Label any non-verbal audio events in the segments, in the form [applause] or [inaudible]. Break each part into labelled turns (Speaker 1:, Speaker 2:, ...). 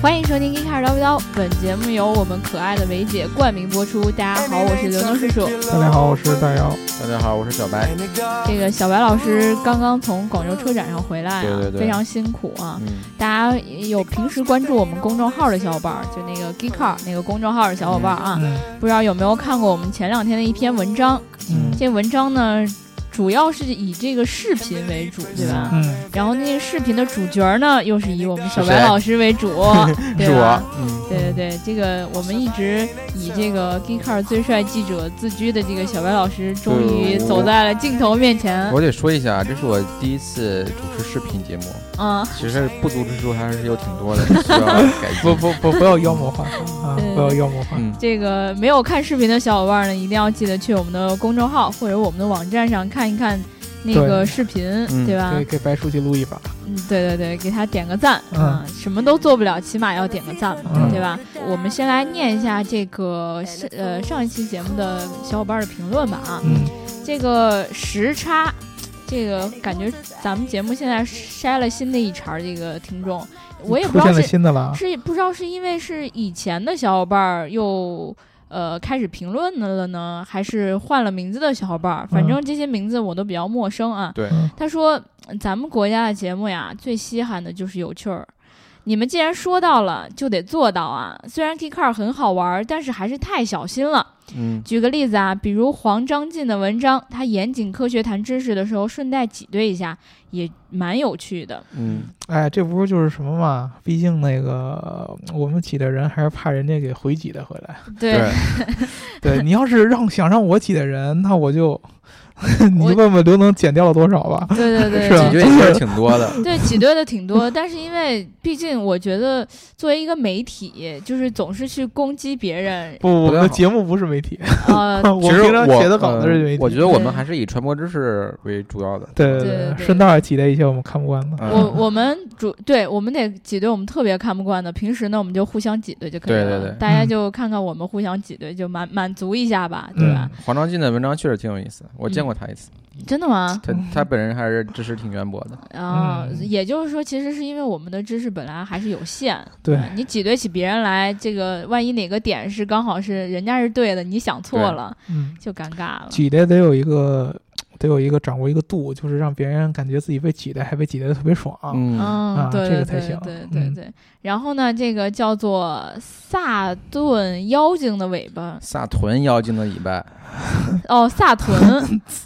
Speaker 1: 欢迎收听《一开始叨不叨》，本节目由我们可爱的维姐冠名播出。大家啊好，我是刘能叔叔。
Speaker 2: 大家好，我是大姚。
Speaker 3: 大家好，我是小白。
Speaker 1: 这个小白老师刚刚从广州车展上回来啊，
Speaker 3: 对对对
Speaker 1: 非常辛苦啊。
Speaker 3: 嗯，
Speaker 1: 大家有平时关注我们公众号的小伙伴儿，就那个 Geek Car 那个公众号的小伙伴儿啊，
Speaker 2: 嗯
Speaker 1: 不知道有没有看过我们前两天的一篇文章？
Speaker 2: 嗯
Speaker 1: 这文章呢，主要是以这个视频为主，对吧？
Speaker 2: 嗯，
Speaker 1: 然后那个视频的主角呢，又是以我们小
Speaker 3: 是
Speaker 1: 白
Speaker 3: 谁
Speaker 1: 老师为主，对
Speaker 3: 是我
Speaker 1: 吧？。
Speaker 3: 嗯，
Speaker 1: 对对对，这个我们一直以这个 Geeker 最帅记者自居的这个小白老师，终于
Speaker 3: 对我
Speaker 1: 走在了镜头面前。
Speaker 3: 我得说一下，这是我第一次主持视频节目，
Speaker 1: 嗯，
Speaker 3: 其实不足之处还是有挺多的需要改
Speaker 2: [laughs]
Speaker 3: 进。
Speaker 2: 不不不，不要妖魔化啊！
Speaker 1: 对
Speaker 2: 不要妖魔化。
Speaker 3: 嗯，
Speaker 1: 这个没有看视频的小伙伴呢，一定要记得去我们的公众号或者我们的网站上看一看那个
Speaker 2: 对
Speaker 1: 视频，
Speaker 3: 嗯
Speaker 1: 对吧
Speaker 2: 对，？给白书记录一把。
Speaker 1: 嗯，对对对，给他点个赞
Speaker 2: 嗯
Speaker 1: 啊、什么都做不了，起码要点个赞嘛，
Speaker 2: 嗯
Speaker 1: 对吧？我们先来念一下这个呃上一期节目的小伙伴的评论吧啊，
Speaker 2: 嗯
Speaker 1: 这个时差，这个感觉咱们节目现在筛了新的一茬儿这个听众，我也不知道
Speaker 2: 出现了
Speaker 1: 是
Speaker 2: 新的了。啊
Speaker 1: 是不知道是因为是以前的小伙伴儿又。呃，开始评论的了呢，还是换了名字的小伙伴儿？反正这些名字我都比较陌生啊。
Speaker 3: 对，
Speaker 2: 嗯
Speaker 1: 他说：“咱们国家的节目呀，最稀罕的就是有趣儿。你们既然说到了，就得做到啊。虽然 K Car 很好玩儿，但是还是太小心了。
Speaker 3: 嗯，
Speaker 1: 举个例子啊，比如黄章进的文章，他严谨科学谈知识的时候，顺带挤兑一下，也蛮有趣的。
Speaker 3: 嗯，
Speaker 2: 哎，这不是就是什么嘛？毕竟那个我们挤的人还是怕人家给回挤的回
Speaker 3: [laughs]
Speaker 2: 来。
Speaker 1: 对，
Speaker 3: 对，
Speaker 2: [laughs] 对你要是让想让我挤的人，那我就
Speaker 1: [laughs]
Speaker 2: 你
Speaker 1: 我
Speaker 2: 问问刘能减掉了多少吧。
Speaker 1: 对对对
Speaker 2: 是
Speaker 3: 解
Speaker 2: 吧
Speaker 1: 对。”
Speaker 3: 决也是挺多的。
Speaker 1: 对，挤兑的挺多，但是因为毕竟我觉得作为一个媒体，就是总是去攻击别人，
Speaker 2: 不，我
Speaker 3: 不太
Speaker 2: 们的
Speaker 3: 好
Speaker 2: 节目不是媒体，
Speaker 1: 呃，
Speaker 2: [laughs] [laughs] 我
Speaker 3: 其实
Speaker 2: 平常
Speaker 3: 我
Speaker 2: 写的稿子是媒
Speaker 3: 呃
Speaker 2: 体。
Speaker 3: 我觉得我们
Speaker 1: 对
Speaker 3: 还是以传播知识为主要的。
Speaker 2: 对
Speaker 1: 对对
Speaker 2: 对
Speaker 1: 对
Speaker 2: 顺道也挤了一些我们看不惯的。
Speaker 3: 嗯
Speaker 1: 我我们主对我们得挤兑我们特别看不惯的，平时呢我们就互相挤兑就可以了，
Speaker 3: 对对对
Speaker 1: 大家
Speaker 2: 嗯
Speaker 1: 就看看我们互相挤兑，就满满足一下吧，对吧？
Speaker 3: 黄章进的文章确实挺有意思，我见过他一次，
Speaker 1: 真的吗？
Speaker 3: 他
Speaker 2: 嗯
Speaker 3: 他本人还是知识挺渊博的。
Speaker 1: 啊、
Speaker 2: 嗯
Speaker 1: 也就是说，其实是因为我们的知识本来还是有限，
Speaker 2: 对，
Speaker 1: 你挤兑起别人来，这个万一哪个点是刚好是人家是对的，你想错
Speaker 3: 对
Speaker 1: 了
Speaker 2: 嗯，
Speaker 1: 就尴尬
Speaker 3: 啊
Speaker 1: 了。
Speaker 2: 挤的得有一个，得有一个掌握一个度，就是让别人感觉自己被挤的还被挤得特别爽。
Speaker 3: 嗯，
Speaker 1: 嗯，
Speaker 2: 啊
Speaker 1: 对
Speaker 2: 这
Speaker 1: 对
Speaker 2: 个才
Speaker 1: 对
Speaker 2: 行
Speaker 1: 对对
Speaker 2: 嗯
Speaker 1: 对。然后呢，这个叫做萨顿妖精的尾巴
Speaker 3: 萨屯妖精的尾巴，
Speaker 1: 哦，
Speaker 2: [laughs]
Speaker 1: 萨屯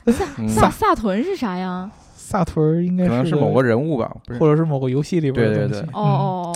Speaker 1: 萨
Speaker 3: 嗯
Speaker 1: 萨萨屯是啥呀？
Speaker 2: 萨屯儿应该
Speaker 3: 可能是
Speaker 2: 个
Speaker 3: 某个人物吧，不是
Speaker 2: 或者是某个游戏里边的
Speaker 3: 对对
Speaker 2: 东西嗯
Speaker 3: 对。
Speaker 1: 哦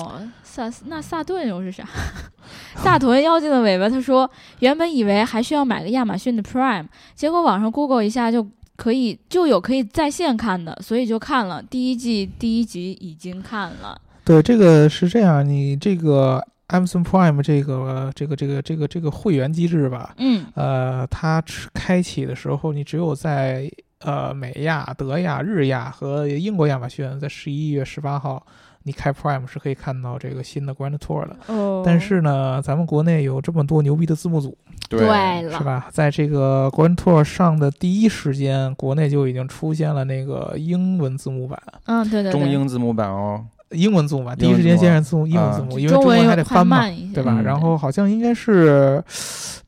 Speaker 1: 哦哦，萨斯那萨顿又是啥？ [laughs] 萨屯妖精的尾巴，他说原本以为还需要买个亚马逊的 Prime，结果网上 Google 一下就可以就有可以在线看的，所以就看了第一季第一集已经看了。
Speaker 2: 对，这个是这样，你这个 Amazon Prime 这个这个这个这个这个会员机制吧，
Speaker 1: 嗯
Speaker 2: 呃，它吃开启的时候，你只有在呃美亚、德亚、日亚和英国亚马逊在十一月十八号。你开 Prime 是可以看到这个新的 Grand Tour 的，
Speaker 1: 哦，
Speaker 2: 但是呢，咱们国内有这么多牛逼的字幕组，
Speaker 1: 对了
Speaker 2: 是，吧？在这个 Grand Tour 上的第一时间，国内就已经出现了那个英文字幕版，
Speaker 1: 嗯对对对，
Speaker 3: 中英字幕版哦，
Speaker 2: 英文字幕版，第
Speaker 3: 英
Speaker 2: 一时
Speaker 3: 文字
Speaker 2: 间
Speaker 3: 幕
Speaker 2: 先是字幕英文字
Speaker 3: 啊
Speaker 2: 幕，
Speaker 1: 就
Speaker 2: 因为
Speaker 1: 中
Speaker 2: 中文
Speaker 1: 又
Speaker 2: 还得
Speaker 1: 快
Speaker 2: 翻嘛，
Speaker 1: 慢一些，
Speaker 2: 对吧？
Speaker 3: 嗯
Speaker 2: 然后好像应该是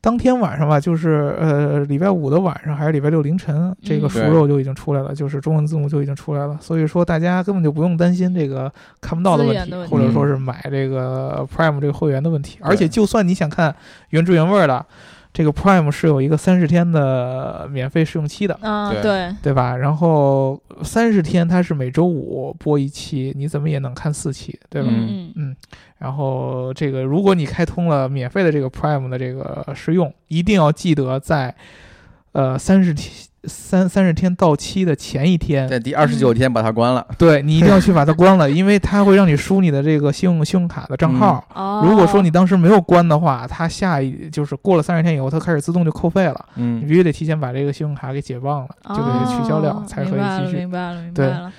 Speaker 2: 当天晚上吧，就是呃礼拜五的晚上还是礼拜六凌晨，这个
Speaker 1: 嗯
Speaker 2: 熟
Speaker 3: 对
Speaker 2: 肉就已经出来了，就是中文字幕就已经出来了，所以说大家根本就不用担心这个看不到的
Speaker 1: 资
Speaker 2: 问
Speaker 1: 源
Speaker 2: 题
Speaker 1: 的问，题
Speaker 2: 或者说是买这个 Prime 这个会员的问题。而且
Speaker 3: 对
Speaker 2: 就算你想看原汁原味儿的，这个 Prime 是有一个三十天的免费试用期的。
Speaker 1: 嗯
Speaker 3: 对
Speaker 1: 对，
Speaker 2: 对吧？然后三十天它是每周五播一期，你怎么也能看四期，对吧？
Speaker 1: 嗯嗯
Speaker 2: 然后这个如果你开通了免费的这个 Prime 的这个试用，一定要记得在呃三十天三三十天到期的前一天，
Speaker 3: 在第二十
Speaker 1: 嗯
Speaker 3: 九天把它关了。
Speaker 2: 对你一定要去把它关了，因为它会让你输你的这个信用信用卡的账号。
Speaker 1: 哦，
Speaker 2: 如果说你当时没有关的话，它下一就是过了三十天以后，它开始自动就扣费了。你
Speaker 3: 嗯，
Speaker 2: 必须得提前把这个信用卡给解磅了，就给它取消掉，
Speaker 1: 哦
Speaker 2: 才可
Speaker 1: 明白
Speaker 2: 以
Speaker 1: 了
Speaker 2: 继续。
Speaker 1: 明白了，明白
Speaker 2: 对
Speaker 1: 了。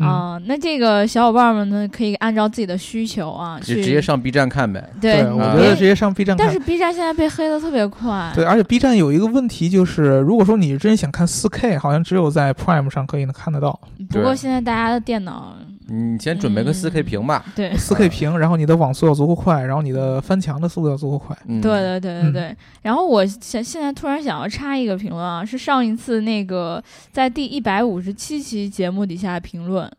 Speaker 2: 嗯
Speaker 1: 啊、那这个小伙伴们呢，可以按照自己的需求啊，
Speaker 3: 就
Speaker 1: 去
Speaker 3: 直接上 B 站看呗。
Speaker 1: 对，嗯
Speaker 2: 我
Speaker 3: 啊
Speaker 2: 觉得直接上 B 站
Speaker 1: 但
Speaker 2: 看
Speaker 1: 是。B 站现在被黑的特别快，
Speaker 2: 对，而且 B 站有一个问题就是，如果说你真想看 4K，好像只有在 Prime 上可以能看得到。
Speaker 1: 不过
Speaker 3: 对嗯
Speaker 1: 现在大家的电脑
Speaker 3: 你先准备个
Speaker 1: 嗯
Speaker 3: 四 K 屏吧。
Speaker 1: 对。
Speaker 2: 四 K 屏，然后你的网速要足够快，然后你的翻墙的速度要足够快。
Speaker 3: 嗯，
Speaker 1: 对对对对
Speaker 2: 嗯
Speaker 1: 对，然后我现现在突然想要插一个评论啊，是上一次那个在第一百五十七期节目底下的评论，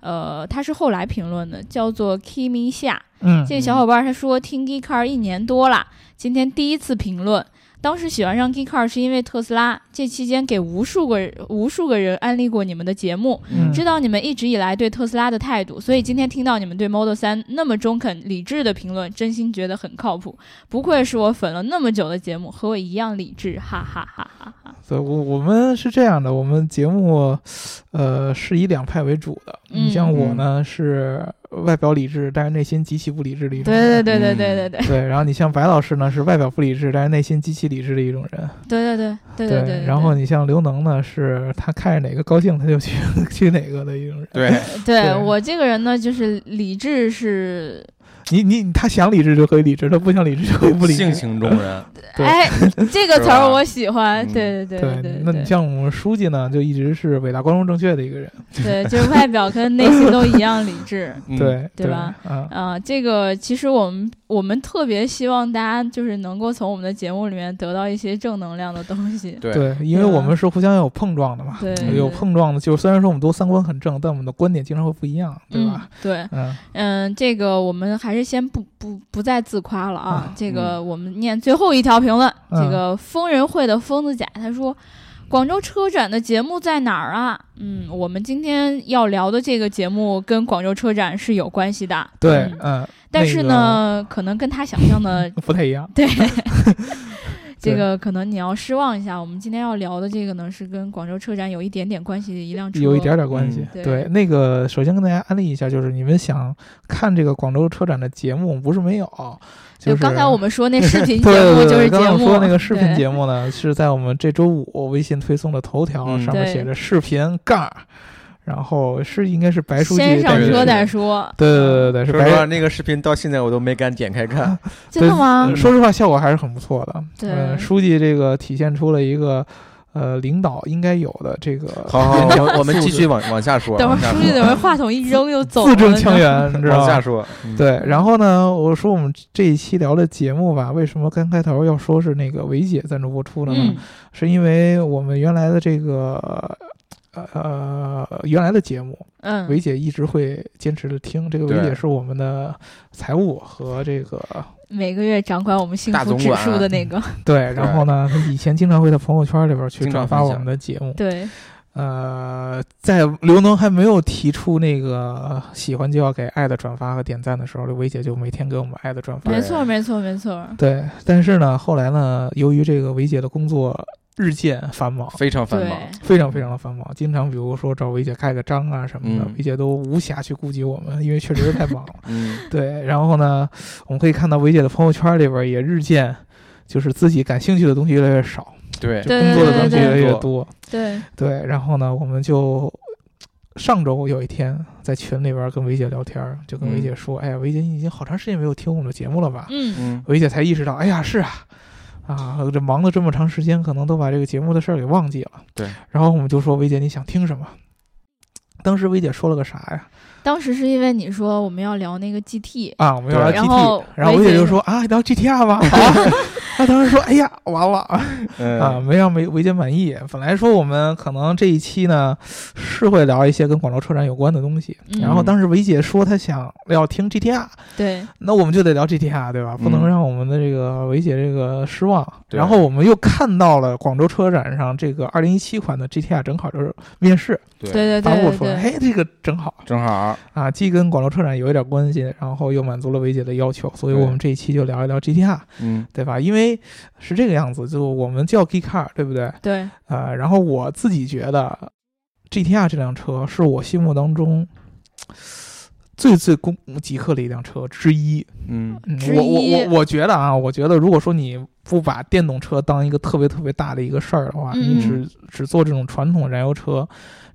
Speaker 1: 呃，他是后来评论的，叫做 Kimi 夏，
Speaker 2: 嗯
Speaker 1: 这个小伙伴他说听 Geek Car 一年多了，今天第一次评论。当时喜欢上 Geek Car 是因为特斯拉，这期间给无数个人无数个人安利过你们的节目，
Speaker 2: 嗯
Speaker 1: 知道你们一直以来对特斯拉的态度，所以今天听到你们对 Model 3那么中肯、理智的评论，真心觉得很靠谱。不愧是我粉了那么久的节目，和我一样理智，哈哈哈哈哈。
Speaker 2: 对，我我们是这样的，我们节目，呃，是以两派为主的。
Speaker 1: 嗯
Speaker 2: 你像我呢，是外表理智，但是内心极其不理智的一种
Speaker 1: 对对
Speaker 2: 人。
Speaker 1: 对对对对对
Speaker 2: 对然后你像白老师呢，是外表不理智，但是内心极其理智的一种人。
Speaker 1: 对对对对对对。
Speaker 2: 嗯然后你像刘能呢，是他看着哪个高兴他就去 [laughs] 去哪个的一种人。
Speaker 3: 对， [laughs]
Speaker 1: 对
Speaker 2: 对
Speaker 1: 我这个人呢，就是理智是，
Speaker 2: 你你他想理智就可以理智，他不想理智就可以不理智。
Speaker 3: 性情中人，
Speaker 2: 对 [laughs]
Speaker 1: 哎，这个词
Speaker 3: 是吧
Speaker 1: 儿我喜欢。
Speaker 3: 嗯
Speaker 1: 对对对
Speaker 2: 那你
Speaker 1: 对
Speaker 2: 像我们书记呢，就一直是伟大光荣正确的一个人。
Speaker 1: 对，对，就是外表跟内心都一样理智。
Speaker 3: 嗯，
Speaker 2: 对
Speaker 1: 对吧？
Speaker 2: 啊，
Speaker 1: 啊、这个其实我们我们特别希望大家就是能够从我们的节目里面得到一些正能量的东西。
Speaker 3: 对
Speaker 2: 对，因为
Speaker 1: 对吧啊
Speaker 2: 我们是互相有碰撞的嘛。
Speaker 1: 对，
Speaker 2: 有碰撞的，就是虽然说我们都三观很正，但我们的观点经常会不一样，对吧？
Speaker 1: 嗯、对，
Speaker 2: 嗯，
Speaker 1: 嗯，这个我们还是先不不不再自夸了啊。
Speaker 2: 啊
Speaker 1: 这个我们念最后一条评论，
Speaker 2: 嗯
Speaker 1: 这个疯人会的疯子甲他说。广州车展的节目在哪儿啊？嗯，我们今天要聊的这个节目跟广州车展是有关系的，
Speaker 2: 对
Speaker 1: 嗯，
Speaker 2: 嗯，
Speaker 1: 但是呢，可能跟他想象的
Speaker 2: 那个，不太一样，
Speaker 1: [laughs]
Speaker 2: [laughs]
Speaker 1: 对，这个可能你要失望一下。我们今天要聊的这个呢，是跟广州车展有一点点关系的一辆车，
Speaker 2: 有一点点关系
Speaker 1: 嗯。对
Speaker 2: 对，那个首先跟大家安利一下，就是你们想看这个广州车展的节目，不是没有，
Speaker 1: 就是刚才我。们说那
Speaker 2: 对 [laughs]
Speaker 1: 视频节
Speaker 2: 对对
Speaker 1: 目
Speaker 2: 对
Speaker 1: 就是
Speaker 2: 刚
Speaker 1: 节
Speaker 2: 才我
Speaker 1: 目，
Speaker 2: 说那个视频
Speaker 1: 对
Speaker 2: 节目呢，是在我们这周五微信推送的头条
Speaker 3: 嗯
Speaker 2: 上面
Speaker 1: 对
Speaker 2: 写着“视频杠”，然后是应该是白书记
Speaker 1: 先上
Speaker 2: 带着
Speaker 1: 车
Speaker 2: 的
Speaker 1: 再说。
Speaker 2: 对对对对，是
Speaker 3: 说实话，
Speaker 2: 白。呃
Speaker 3: 那个视频到现在我都没敢点开看。
Speaker 1: [laughs] 真的
Speaker 2: 对
Speaker 1: 吗
Speaker 2: 呃？说实话，效果还是很不错的。
Speaker 1: 嗯对
Speaker 2: 嗯，书记这个体现出了一个呃领导应该有的这个
Speaker 3: [laughs] 好好，
Speaker 2: 言
Speaker 3: 我
Speaker 2: 行
Speaker 3: 我们
Speaker 2: [laughs] 素
Speaker 3: 继
Speaker 2: 质
Speaker 3: 续往往下说，
Speaker 1: 等会儿
Speaker 3: 往下
Speaker 1: 书记
Speaker 3: 说， [laughs]
Speaker 1: 等会儿话筒一扔就走了，
Speaker 2: [laughs] 字正
Speaker 1: 你知
Speaker 2: 腔
Speaker 1: 道吗。
Speaker 2: 圆，你知道
Speaker 3: 往下
Speaker 2: 吗？
Speaker 3: 说。嗯，
Speaker 2: 对，然后呢，我说我们这一期聊的节目吧，为什么刚开头要说是那个维姐赞助播出的呢？
Speaker 1: 嗯，
Speaker 2: 是因为我们原来的这个。呃，原来的节目，维
Speaker 1: 嗯，
Speaker 2: 姐一直会坚持的听。这个维
Speaker 3: 对
Speaker 2: 姐是我们的财务和这个
Speaker 3: [laughs]
Speaker 1: 每个月掌管我们幸
Speaker 3: 大
Speaker 1: 福
Speaker 3: 总
Speaker 1: 指
Speaker 3: 管
Speaker 1: 数的
Speaker 3: [laughs]
Speaker 1: 那个，
Speaker 2: 对，然后呢，以前经常会在朋友圈里边去
Speaker 3: 经常
Speaker 2: 转发
Speaker 3: 分
Speaker 2: 我
Speaker 3: 享
Speaker 2: 们的节目。
Speaker 1: 对，
Speaker 2: 呃，在刘能还没有提出那个喜欢就要给爱的转发和点赞的时候，维姐就每天给我们爱的转发
Speaker 1: 没。错，没错，没错。
Speaker 2: 对，但是呢，后来呢，由于这个维姐的工作日渐繁忙，
Speaker 3: 嗯非常繁
Speaker 1: 对，
Speaker 3: 忙。
Speaker 2: 非常非常的繁忙，经常比如说找维姐盖个章啊什么的，
Speaker 3: 嗯
Speaker 2: 维姐都无暇去顾及我们，因为确实是太忙了。
Speaker 3: 嗯，
Speaker 2: 对，然后呢，我们可以看到维姐的朋友圈里边也日渐，就是自己感兴趣的东西越来越少，
Speaker 3: 对
Speaker 2: 就
Speaker 1: 对
Speaker 2: 工作的东西
Speaker 1: 对
Speaker 2: 越来越
Speaker 3: 对
Speaker 2: 多。
Speaker 1: 对，嗯
Speaker 2: 对，然后呢，我们就上周有一天在群里边跟维姐聊天儿，就
Speaker 3: 嗯
Speaker 2: 跟维姐说：“哎呀，维姐，你已经好长时间没有听我们的节目了吧
Speaker 1: 嗯，
Speaker 3: 嗯？”，
Speaker 2: 维姐才意识到，哎呀，是啊，啊，这忙了这么长时间，可能都把这个节目的事儿给忘记了。
Speaker 3: 对，
Speaker 2: 然后我们就说：“维姐，你想听什么？”当时维姐说了个啥呀？
Speaker 1: 当时是因为你说我们要聊那个 GT，
Speaker 2: 啊，我们要聊
Speaker 3: 对
Speaker 1: 然
Speaker 2: GT，
Speaker 1: 后
Speaker 2: 然后
Speaker 1: 维
Speaker 2: 维
Speaker 1: 姐
Speaker 2: 姐就说：“啊，聊 GTR 吧。” [laughs] 好啊。她当时说：“哎呀，完了啊！”啊，
Speaker 3: [laughs] 嗯，
Speaker 2: 没让维维姐满意。本来说我们可能这一期呢是会聊一些跟广州车展有关的东西，
Speaker 1: 嗯
Speaker 2: 然后当时维姐说她想要听 GTR，
Speaker 1: 对，
Speaker 2: 那我们就得聊 GTR，对吧？不能
Speaker 3: 嗯
Speaker 2: 让我们的这个维姐这个失望。
Speaker 3: 对
Speaker 2: 然后我们又看到了广州车展上这个2017款的 GTR 正好就是面世
Speaker 3: 对
Speaker 1: 对对
Speaker 2: 发布
Speaker 1: 对
Speaker 2: 出来，
Speaker 1: 对
Speaker 2: 嘿，这个正好
Speaker 3: 正好，
Speaker 2: 啊，既跟广州车展有一点关系，然后又满足了维姐的要求，所以
Speaker 3: 对
Speaker 2: 我们这一期就聊一聊 GTR，
Speaker 3: 嗯，
Speaker 2: 对吧？因为是这个样子，就我们叫 Geek Car，对不对？
Speaker 1: 对，
Speaker 2: 呃，然后我自己觉得 GTR 这辆车是我心目当中最最功极客的一辆车之一。
Speaker 3: 嗯，
Speaker 2: 嗯
Speaker 1: 之，
Speaker 2: 我我
Speaker 1: 一
Speaker 2: 我我觉得啊，我觉得如果说你不把电动车当一个特别特别大的一个事儿的话，
Speaker 1: 嗯
Speaker 2: 你只只做这种传统燃油车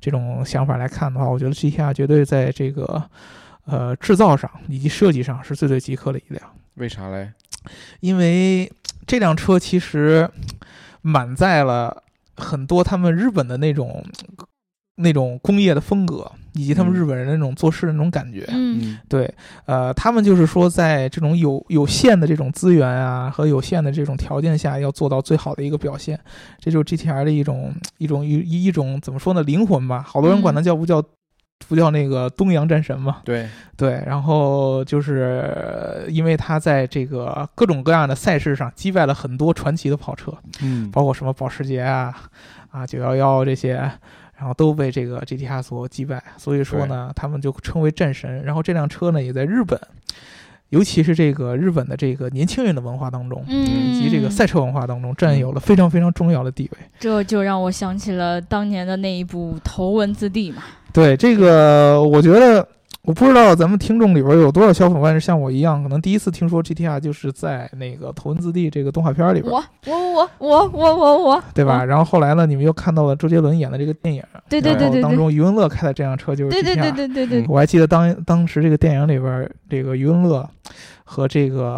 Speaker 2: 这种想法来看的话，我觉得 GTR 绝对在这个呃制造上以及设计上是最最极客的一辆。
Speaker 3: 为啥嘞？
Speaker 2: 因为这辆车其实满载了很多他们日本的那种那种工业的风格，以及他们
Speaker 3: 嗯
Speaker 2: 日本人的那种做事的那种感觉。
Speaker 1: 嗯
Speaker 3: 嗯
Speaker 2: 对，呃，他们就是说，在这种有有限的这种资源啊和有限的这种条件下，要做到最好的一个表现，这就是 GTR 的一种一种一一一种怎么说呢，灵魂吧。好多人管它叫不叫、不叫那个东洋战神嘛？
Speaker 3: 对，
Speaker 2: 对，然后就是呃因为它在这个各种各样的赛事上击败了很多传奇的跑车，
Speaker 3: 嗯
Speaker 2: 包括什么保时捷啊、啊九幺幺这些，然后都被这个 GTR 所击败，所以说呢，他们就称为战神。然后这辆车呢，也在日本，尤其是这个日本的这个年轻人的文化当中。
Speaker 1: 嗯，
Speaker 2: 以及这个赛车文化当中占有了非常非常重要的地位。
Speaker 1: 这就让我想起了当年的那一部《头文字 D》嘛。
Speaker 2: 对这个，我觉得我不知道咱们听众里边有多少小伙伴是像我一样，可能第一次听说 GTR 就是在那个《头文字 D》这个动画片里边，
Speaker 1: 我我我我我我我，
Speaker 2: 对吧？
Speaker 1: 我？
Speaker 2: 然后后来呢，你们又看到了周杰伦演的这个电影，
Speaker 1: 对对对
Speaker 2: 然后
Speaker 1: 对
Speaker 2: 当
Speaker 1: 对。
Speaker 2: 中余文乐开的这辆车就是
Speaker 1: 对
Speaker 2: GTR。
Speaker 1: 对对对对对，
Speaker 2: 我还记得当当时这个电影里边儿，这个余文乐和这个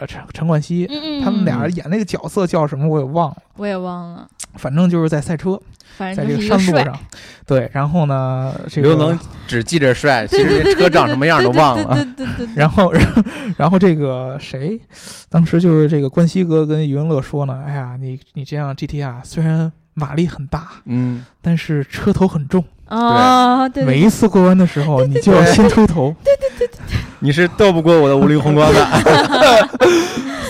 Speaker 2: 呃陈陈冠希，
Speaker 1: 嗯嗯，
Speaker 2: 他们俩
Speaker 1: 嗯
Speaker 2: 演那个角色叫什么我也忘了，
Speaker 1: 我也忘了，
Speaker 2: 反正就是在赛车，
Speaker 1: 反
Speaker 2: 在
Speaker 1: 正就
Speaker 2: 这个
Speaker 1: 是一
Speaker 2: 山
Speaker 1: 个
Speaker 2: 路
Speaker 1: 帅，
Speaker 2: 上，对，然后呢，这
Speaker 3: 刘能
Speaker 2: 个。
Speaker 3: 只记着帅，其
Speaker 1: 对对
Speaker 3: 实
Speaker 1: 对
Speaker 3: 这
Speaker 1: 对
Speaker 3: 车长什么样都忘了。
Speaker 1: 对对对对对对，
Speaker 2: 然后， [laughs] 然后这个谁，当时就是这个关西哥跟余文乐说呢，哎呀，你你这辆 GT 啊，虽然马力很大，
Speaker 3: 嗯，
Speaker 2: 但是车头很重，
Speaker 1: 啊，对，
Speaker 2: 每一次过弯的时候，你就要先推头。
Speaker 3: 你是斗不过我的五菱宏光的。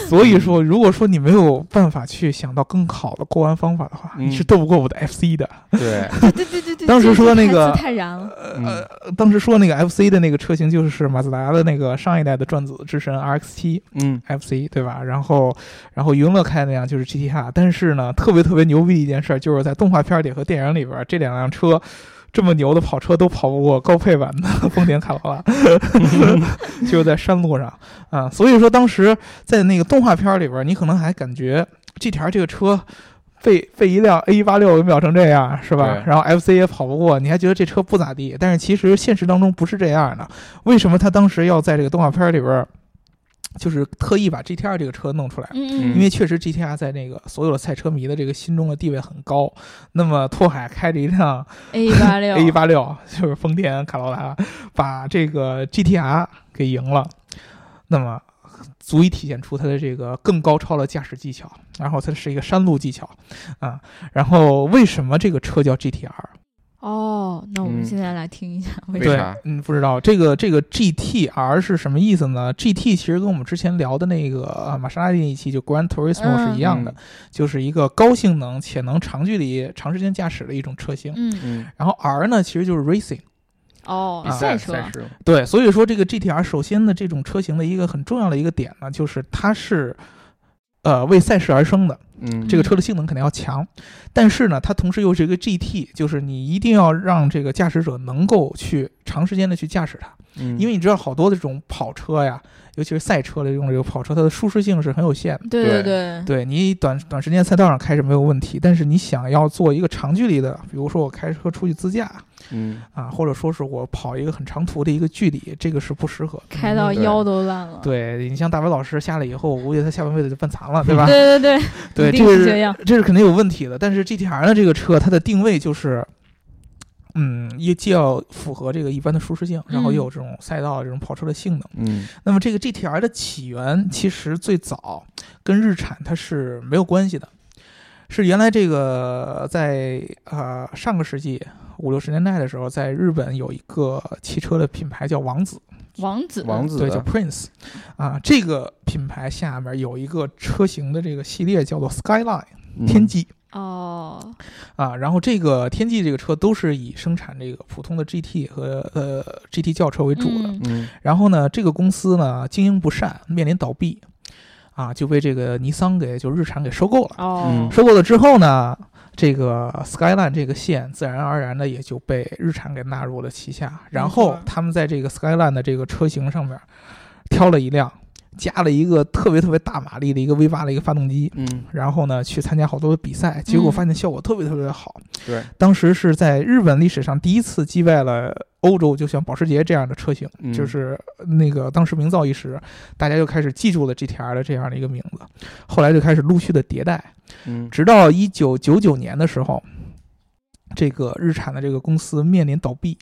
Speaker 2: 所以说，如果说你没有办法去想到更好的过弯方法的话，
Speaker 3: 嗯
Speaker 2: 你是斗不过我的 FC 的。
Speaker 3: [laughs]
Speaker 1: [laughs]
Speaker 3: 对，
Speaker 1: 对对对对对，
Speaker 2: 当时
Speaker 1: 这这
Speaker 2: 说那
Speaker 1: 台词
Speaker 2: 个
Speaker 1: 太燃了，
Speaker 2: 呃，当时说那个 FC 的那个车型就是马自达的那个上一代的转子之神 RX7
Speaker 3: 嗯
Speaker 2: FC，对吧？然后，然后余文乐开的那辆就是 GTR，但是呢，特别特别牛逼一件事儿，就是在动画片里和电影里边，这两辆车。这么牛的跑车都跑不过高配版的丰田卡罗拉， [laughs] 就是在山路上啊、所以说当时在那个动画片里边，你可能还感觉 GTR 这个车被被一辆 A 1 8 6给秒成这样，是吧
Speaker 3: 对？
Speaker 2: 然后 FC 也跑不过，你还觉得这车不咋地，但是其实现实当中不是这样的。为什么他当时要在这个动画片里边儿，就是特意把 GTR 这个车弄出来？
Speaker 1: 嗯嗯，
Speaker 2: 因为确实 GTR 在那个所有的赛车迷的这个心中的地位很高。那么拓海开着一辆
Speaker 1: A 八六
Speaker 2: A 1 8 6就是丰田卡罗拉，把这个 GTR 给赢了，那么足以体现出它的这个更高超的驾驶技巧，然后它是一个山路技巧啊。然后为什么这个车叫 GTR？
Speaker 1: 哦，那我们
Speaker 3: 嗯
Speaker 1: 现在来听一下，为
Speaker 3: 为
Speaker 1: 什么
Speaker 2: 对
Speaker 3: 啥，
Speaker 2: 嗯，不知道这个这个 GTR 是什么意思呢？GT 其实跟我们之前聊的那个呃玛莎拉蒂那一期就 Gran Turismo
Speaker 1: 嗯
Speaker 2: 是一样的，就是一个高性能且能长距离、长时间驾驶的一种车型。
Speaker 1: 嗯，
Speaker 3: 嗯，
Speaker 2: 然后 R 呢，其实就是 racing，啊
Speaker 1: 哦
Speaker 3: 比，
Speaker 1: 赛
Speaker 3: 赛
Speaker 1: 车，啊
Speaker 3: 赛事，
Speaker 2: 对，所以说这个 GTR 首先的这种车型的一个很重要的一个点呢，就是它是，呃，为赛事而生的，
Speaker 3: 嗯，
Speaker 2: 这个车的性能肯定要强，但是呢，它同时又是一个 GT，就是你一定要让这个驾驶者能够去长时间的去驾驶它。
Speaker 3: 嗯
Speaker 2: 因为你知道好多的这种跑车呀，尤其是赛车的这种这个跑车，它的舒适性是很有限的。
Speaker 1: 对
Speaker 3: 对
Speaker 1: 对，
Speaker 2: 对你短短时间赛道上开是没有问题，但是你想要做一个长距离的，比如说我开车出去自驾
Speaker 3: 嗯，
Speaker 2: 啊，或者说是我跑一个很长途的一个距离，这个是不适合的
Speaker 1: 开到
Speaker 2: 嗯
Speaker 3: 对
Speaker 1: 腰都烂了，
Speaker 2: 对你像大伟老师下来以后，我估计他下半辈子就半
Speaker 1: [laughs]
Speaker 2: 残了，对吧？
Speaker 1: 对对对，
Speaker 2: 对，
Speaker 1: 一
Speaker 2: 这
Speaker 1: 定
Speaker 2: 个
Speaker 1: 是
Speaker 2: 是
Speaker 1: 这样，
Speaker 2: 这是肯定有问题的。但是 GTR 的这个车，它的定位就是，嗯，也既要符合这个一般的舒适性，然后又有这种赛道这种跑车的性能。
Speaker 3: 嗯，
Speaker 2: 那么这个 GTR 的起源其实最早跟日产它是没有关系的，是原来这个在呃上个世纪五六十年代的时候，在日本有一个汽车的品牌叫王子，
Speaker 1: 王子，
Speaker 3: 王子
Speaker 2: 对，叫
Speaker 3: 的，
Speaker 2: Prince，啊，这个品牌下面有一个车型的这个系列叫做 Skyline
Speaker 3: 嗯
Speaker 2: 天，际
Speaker 1: 哦，
Speaker 2: 啊，然后这个天际这个车都是以生产这个普通的 GT 和呃 GT 轿车为主的，
Speaker 1: 嗯
Speaker 3: 嗯
Speaker 2: 然后呢，这个公司呢经营不善，面临倒闭，啊，就被这个尼桑给就日产给收购了。
Speaker 1: 哦
Speaker 3: 嗯，
Speaker 2: 收购了之后呢，这个 Skyline 这个线自然而然的也就被日产给纳入了旗下。然后他们在这个 Skyline 的这个车型上面挑了一辆，加了一个特别特别大马力的一个 V 8的一个发动机。
Speaker 3: 嗯，
Speaker 2: 然后呢，去参加好多的比赛，结果
Speaker 1: 嗯
Speaker 2: 发现效果特别特别好。
Speaker 3: 对，
Speaker 2: 当时是在日本历史上第一次击败了欧洲，就像保时捷这样的车型，
Speaker 3: 嗯
Speaker 2: 就是那个当时名噪一时，大家就开始记住了 GTR 的这样的一个名字，后来就开始陆续的迭代，
Speaker 3: 嗯
Speaker 2: 直到一九九九年的时候，这个日产的这个公司面临倒闭。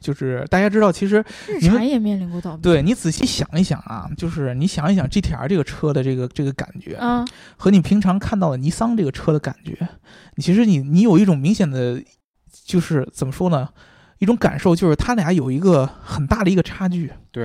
Speaker 2: 就是大家知道，其实
Speaker 1: 日
Speaker 2: 你们
Speaker 1: 产也面临过倒闭。
Speaker 2: 对你仔细想一想啊，就是你想一想 GTR 这个车的这个这个感觉，
Speaker 1: 啊，
Speaker 2: 和你平常看到的尼桑这个车的感觉，你其实你你有一种明显的，就是怎么说呢，一种感受，就是它俩有一个很大的一个差距。
Speaker 3: 对，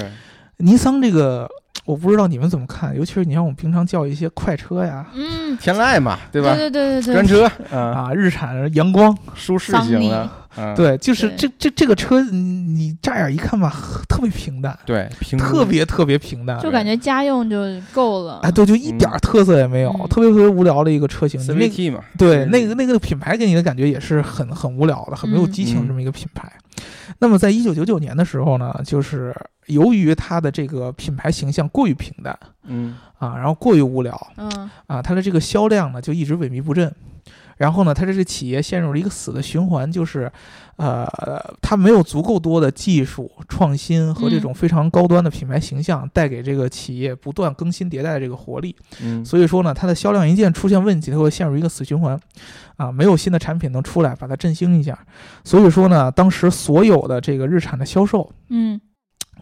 Speaker 2: 尼桑这个，我不知道你们怎么看，尤其是你像我们平常叫一些快车呀，
Speaker 1: 嗯，
Speaker 3: 天籁嘛，对
Speaker 1: 对
Speaker 3: 吧？
Speaker 1: 对对对
Speaker 3: 专
Speaker 1: 对，
Speaker 3: 车，嗯，
Speaker 2: 啊，日产阳光，
Speaker 3: 舒适
Speaker 1: 桑
Speaker 3: 型
Speaker 1: 尼
Speaker 3: 的，嗯，
Speaker 2: 对，就是这
Speaker 1: 对
Speaker 2: 这这个车，你你乍眼一看吧，很特别平淡，
Speaker 3: 对，平
Speaker 2: 特别特别平淡。
Speaker 1: 就感觉家用就够了。
Speaker 2: 哎，对，就一点儿特色也没有，
Speaker 1: 嗯
Speaker 2: 特别特别无聊的一个车型。你那
Speaker 3: CVT 嘛，
Speaker 2: 对，
Speaker 3: 是
Speaker 2: 那个那个品牌给你的感觉也是很很无聊的，很没有激情
Speaker 3: 嗯
Speaker 2: 这么一个品牌。那么，在一九九九年的时候呢，就是由于它的这个品牌形象过于平淡
Speaker 3: 嗯，
Speaker 2: 啊，然后过于无聊
Speaker 1: 嗯
Speaker 2: 啊，它的这个销量呢就一直萎靡不振。然后呢，它这个企业陷入了一个死的循环，就是，呃，它没有足够多的技术创新和这
Speaker 1: 嗯
Speaker 2: 种非常高端的品牌形象带给这个企业不断更新迭代的这个活力。
Speaker 3: 嗯，
Speaker 2: 所以说呢，它的销量一旦出现问题，它会陷入一个死循环，啊，没有新的产品能出来把它振兴一下。所以说呢，当时所有的这个日产的销售
Speaker 1: 嗯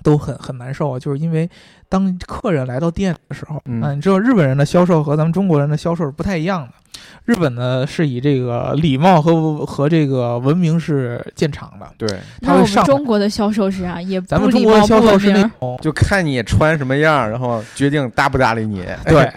Speaker 2: 都很很难受，啊就是因为当客人来到店的时候，
Speaker 3: 嗯
Speaker 2: 啊你知道日本人的销售和咱们中国人的销售是不太一样的。日本呢是以这个礼貌和和这个文明是见长的，
Speaker 3: 对，
Speaker 1: 那
Speaker 2: 他会
Speaker 1: 我
Speaker 2: 上
Speaker 1: 们中国的销售是啥？也
Speaker 2: 咱
Speaker 1: 不
Speaker 2: 们中
Speaker 1: 礼
Speaker 2: 国的
Speaker 1: 貌
Speaker 2: 销
Speaker 1: 不
Speaker 2: 售
Speaker 1: 文
Speaker 2: 是那
Speaker 1: 明
Speaker 2: 种
Speaker 3: 就看你穿什么样，然后决定搭不搭理你。
Speaker 2: 对，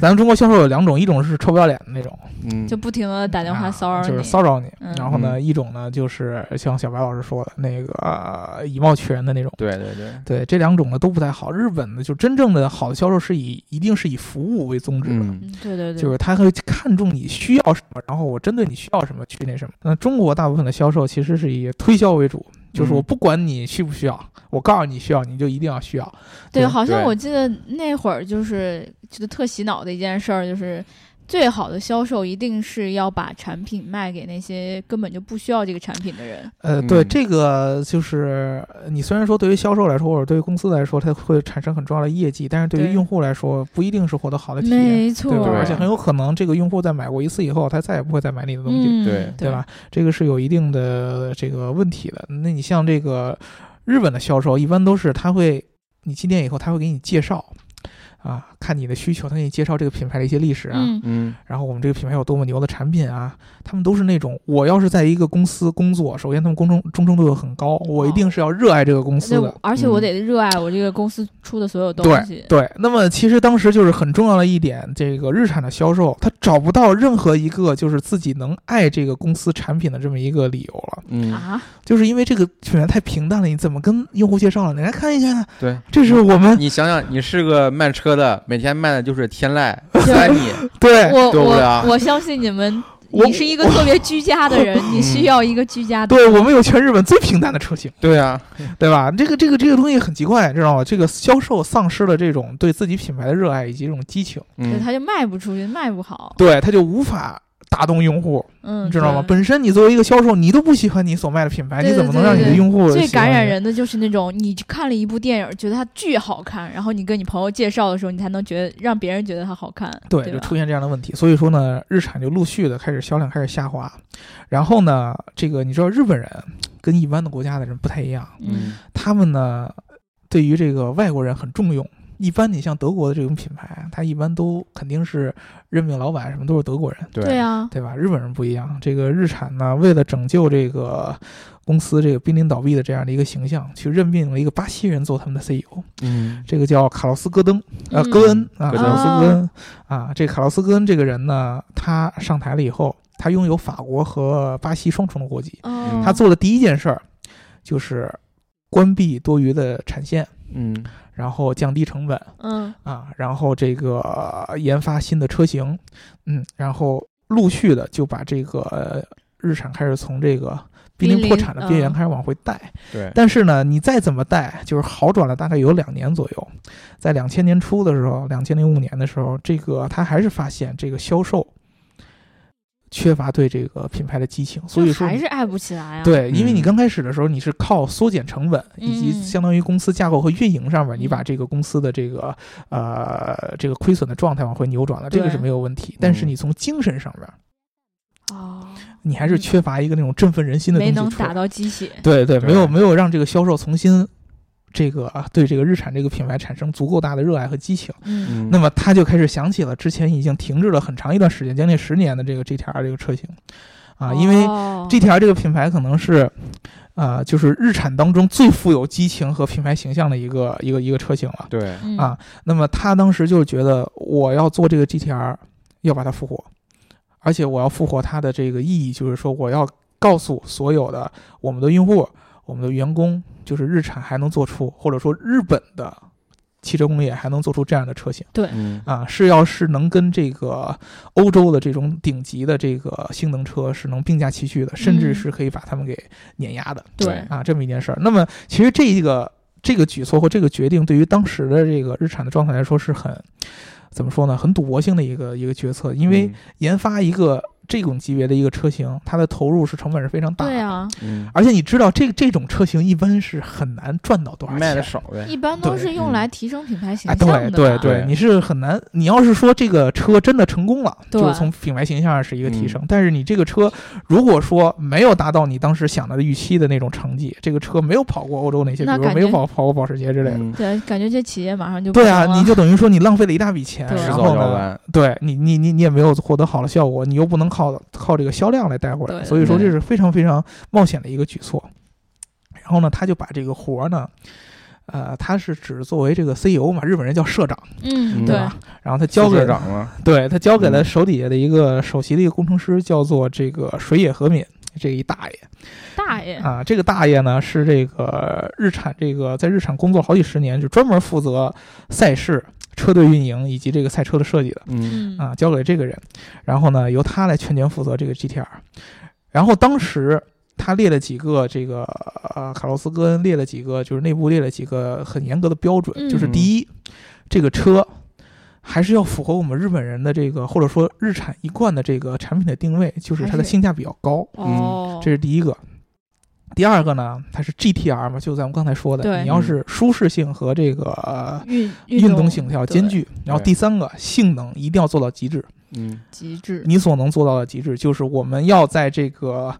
Speaker 2: 咱们中国销售有两种，一种是臭不要脸的那种。
Speaker 3: 嗯，
Speaker 1: 就不停的打电话骚扰
Speaker 2: 啊
Speaker 1: 你，
Speaker 2: 就是骚扰你。
Speaker 1: 嗯
Speaker 2: 然后呢，一种呢就是像小白老师说的那个、呃以貌取人的那种。
Speaker 3: 对对对，
Speaker 2: 对，这两种呢都不太好。日本呢，就真正的好的销售是以一定是以服务为宗旨的。
Speaker 3: 嗯，
Speaker 1: 嗯对对对，
Speaker 2: 就是他会看重你需要什么，然后我针对你需要什么去那什么。那中国大部分的销售其实是以推销为主，就是我
Speaker 3: 嗯
Speaker 2: 不管你需不需要，我告诉你需要，你就一定要需要。
Speaker 1: 对，
Speaker 2: 对
Speaker 1: 好像
Speaker 3: 对
Speaker 1: 我记得那会儿就是觉得特洗脑的一件事儿，就是最好的销售一定是要把产品卖给那些根本就不需要这个产品的人。
Speaker 2: 呃，对，
Speaker 3: 嗯
Speaker 2: 这个就是呃你虽然说对于销售来说，或者对于公司来说，它会产生很重要的业绩，但是对于
Speaker 1: 对
Speaker 2: 用户来说，不一定是获得好的呃体验。
Speaker 1: 没错
Speaker 2: 对吧？
Speaker 3: 对
Speaker 2: 而且很有可能这个用户在买过一次以后，他再也不会再买你的东西，
Speaker 1: 嗯，
Speaker 3: 对
Speaker 2: 对吧？这个是有一定的这个问题的。那你像这个日本的销售，一般都是他会，你进店以后他会给你介绍，啊，看你的需求，他给你介绍这个品牌的一些历史啊，
Speaker 1: 嗯，
Speaker 3: 嗯
Speaker 2: 然后我们这个品牌有多么牛的产品啊，他们都是那种，我要是在一个公司工作，首先他们忠诚忠诚度很高，我一定是要热爱这个公司
Speaker 1: 对
Speaker 2: 的。，
Speaker 1: 而且哦我
Speaker 3: 嗯
Speaker 1: 得热爱我这个公司出的所有东
Speaker 2: 对
Speaker 1: 西。
Speaker 2: 对，那么其实当时就是很重要的一点，这个日产的销售，他找不到任何一个就是自己能爱这个公司产品的这么一个理由了，
Speaker 3: 嗯，
Speaker 1: 啊，
Speaker 2: 就是因为这个品牌太平淡了，你怎么跟用户介绍了？你来看一下，
Speaker 3: 对，
Speaker 2: 这是我们
Speaker 3: 你想想，你是个卖车的，每天卖的就是天籁、
Speaker 1: 啊
Speaker 3: 三米，
Speaker 2: 哎对
Speaker 1: 我
Speaker 3: 对不对啊
Speaker 1: 我我相信你们，
Speaker 2: [laughs] 我嗯
Speaker 1: 你是一个特别居家的人，你需要一个居家的。
Speaker 2: 对我们有全日本最平淡的车型。
Speaker 1: 嗯
Speaker 3: 对啊，
Speaker 2: 对吧？这个这个这个东西很奇怪，知道吗？这个销售丧失了这种对自己品牌的热爱以及这种激情，
Speaker 1: 对，
Speaker 3: 嗯，
Speaker 1: 他就卖不出去，卖不好，
Speaker 2: 对他就无法打动用户，
Speaker 1: 嗯，
Speaker 2: 你知道吗？
Speaker 1: 对
Speaker 2: 本身你作为一个销售，你都不喜欢你所卖的品牌，
Speaker 1: 对
Speaker 2: 你
Speaker 1: 对
Speaker 2: 怎么能让你的
Speaker 1: 对对
Speaker 2: 用户
Speaker 1: 最
Speaker 2: 喜欢
Speaker 1: 感染
Speaker 2: 你？
Speaker 1: 人的就是那种你看了一部电影，觉得它巨好看，然后你跟你朋友介绍的时候，你才能觉得让别人觉得它好看，对
Speaker 2: 对，
Speaker 1: 吧，
Speaker 2: 就出现这样的问题，所以说呢，日产就陆续的开始销量开始下滑，然后呢，这个你知道日本人跟一般的国家的人不太一样，
Speaker 1: 嗯，
Speaker 2: 他们呢对于这个外国人很重用。一般你像德国的这种品牌，它一般都肯定是任命老板什么都是德国人，
Speaker 1: 对啊，
Speaker 2: 对吧？日本人不一样，这个日产呢，为了拯救这个公司这个濒临倒闭的这样的一个形象，去任命了一个巴西人做他们的 CEO，
Speaker 3: 嗯，
Speaker 2: 这个叫卡洛斯·戈登，呃，
Speaker 1: 嗯
Speaker 2: 戈恩啊，
Speaker 3: 戈
Speaker 2: 卡
Speaker 3: 登
Speaker 2: 洛斯·戈恩啊，这卡洛斯·戈恩这个人呢，他上台了以后，他拥有法国和巴西双重的国籍，
Speaker 1: 哦
Speaker 2: 嗯他做的第一件事儿就是关闭多余的产线，
Speaker 3: 嗯，
Speaker 2: 然后降低成本，
Speaker 1: 嗯
Speaker 2: 啊，然后这个、呃研发新的车型，嗯，然后陆续的就把这个、呃日产开始从这个濒
Speaker 1: 濒
Speaker 2: 临破
Speaker 1: 临
Speaker 2: 产的边缘
Speaker 1: 嗯
Speaker 2: 开始往回带。
Speaker 3: 对，
Speaker 2: 但是呢，你再怎么带，就是好转了大概有两年左右，在两千年初的时候，两千零五年的时候，这个他还是发现这个销售缺乏对这个品牌的激情，所以
Speaker 1: 就
Speaker 2: 说
Speaker 1: 还
Speaker 2: 你
Speaker 1: 是爱不起来啊，，
Speaker 2: 对，因为你
Speaker 3: 嗯
Speaker 2: 刚开始的时候，你是靠缩减成本以及
Speaker 1: 嗯
Speaker 2: 相当于公司架构和运营上面，你把
Speaker 1: 嗯
Speaker 2: 这个公司的这个呃这个亏损的状态往回扭转了，这个
Speaker 1: 对
Speaker 2: 是没有问题。但是
Speaker 3: 嗯
Speaker 2: 你从精神上面，
Speaker 1: 哦，
Speaker 2: 你还是缺乏一个那种振奋人心的东
Speaker 1: 没
Speaker 2: 西
Speaker 1: 能
Speaker 2: 出来
Speaker 1: 打到鸡血，
Speaker 2: 对对，
Speaker 3: 对
Speaker 2: 没有没有让这个销售重新这个啊对这个日产这个品牌产生足够大的热爱和激情，
Speaker 1: 嗯
Speaker 3: 嗯
Speaker 2: 那么他就开始想起了之前已经停滞了很长一段时间，将近十年的这个 GTR 这个车型啊，因为
Speaker 1: 哦
Speaker 2: GTR 这个品牌可能是。呃，就是日产当中最富有激情和品牌形象的一个一个一个车型了。
Speaker 3: 对，
Speaker 1: 嗯
Speaker 2: 啊，那么他当时就觉得我要做这个 GTR，要把它复活，而且我要复活它的这个意义，就是说我要告诉所有的我们的用户、我们的员工，就是日产还能做出，或者说日本的汽车工业还能做出这样的车型
Speaker 3: 嗯
Speaker 2: 啊，是要是能跟这个欧洲的这种顶级的这个性能车是能并驾齐驱的，甚至
Speaker 1: 嗯
Speaker 2: 是可以把他们给碾压的。
Speaker 1: 对，
Speaker 2: 啊，这么一件事儿。那么其实这一个这个举措或这个决定，对于当时的这个日产的状态来说是很怎么说呢？很赌博性的一个一个决策，因
Speaker 3: 嗯
Speaker 2: 为研发一个这种级别的一个车型，它的投入是成本是非常大的。
Speaker 1: 对啊，
Speaker 3: 嗯
Speaker 2: 而且你知道，这这种车型一般是很难赚到多少
Speaker 3: 嗯
Speaker 2: 钱，
Speaker 3: 卖的少呗，
Speaker 1: 一般都
Speaker 2: 哎对
Speaker 1: 是用
Speaker 3: 嗯
Speaker 1: 来提升品牌形
Speaker 2: 啊，
Speaker 1: 象的
Speaker 2: 对
Speaker 1: 嘛，
Speaker 2: 对对，
Speaker 3: 对
Speaker 2: 你是很难。你要是说这个车真的成功了，
Speaker 1: 对
Speaker 2: 就是从品牌形象上是一个提升，但是你这个车如果说没有达到你当时想的预期的那种成绩，这个车没有跑过欧洲那些，比
Speaker 1: 那
Speaker 2: 如说
Speaker 1: 感
Speaker 2: 没有
Speaker 1: 觉
Speaker 2: 跑跑过保时捷之类的。
Speaker 3: 嗯
Speaker 1: 对，感觉这企业马上就
Speaker 2: 对
Speaker 1: 不
Speaker 2: 啊，
Speaker 1: 行
Speaker 2: 你
Speaker 1: 了
Speaker 2: 就等于说你浪费了一大笔钱，
Speaker 1: 对
Speaker 2: 然
Speaker 3: 迟
Speaker 2: 后
Speaker 3: 早要
Speaker 2: 呢，
Speaker 3: 完，
Speaker 2: 对你你你你也没有获得好的效果，你又不能靠靠这个销量来带回来，
Speaker 1: 对
Speaker 2: 所以说
Speaker 3: 对
Speaker 2: 这是非常非常冒险的一个举措。然后呢，他就把这个活儿呢，呃，他是只作为这个 CEO 嘛，日本人叫社长，
Speaker 1: 嗯
Speaker 3: 嗯
Speaker 1: 对，
Speaker 2: 吧？然后他交
Speaker 3: 副
Speaker 2: 给
Speaker 3: 社长嘛，
Speaker 2: 对他交给了
Speaker 3: 嗯
Speaker 2: 手底下的一个首席的一个工程师，叫做这个水野和敏这一大爷
Speaker 1: 大爷
Speaker 2: 啊。这个大爷呢是这个日产这个在日产工作好几十年，就专门负责赛事、车队运营以及这个赛车的设计的
Speaker 3: 嗯
Speaker 1: 嗯
Speaker 2: 啊，交给这个人。然后呢，由他来全权负责这个 GTR。然后当时。他列了几个这个呃，卡洛斯戈恩列了几个，就是内部列了几个很严格的标准，
Speaker 1: 嗯
Speaker 2: 就是第一，这个车还是要符合我们日本人的这个，或者说日产一贯的这个产品的定位，就是它的
Speaker 1: 还是
Speaker 2: 性价比要高，
Speaker 1: 哦，
Speaker 2: 嗯这是第一个。第二个呢，它是 GTR 嘛，就咱们刚才说的，
Speaker 1: 对
Speaker 2: 你要是舒适性和这个、呃
Speaker 1: 运
Speaker 2: 运动
Speaker 1: 动
Speaker 2: 性要兼具。然后第三个，性能一定要做到极致，
Speaker 3: 嗯
Speaker 1: 极致，
Speaker 2: 你所能做到的极致，就是我们要在这个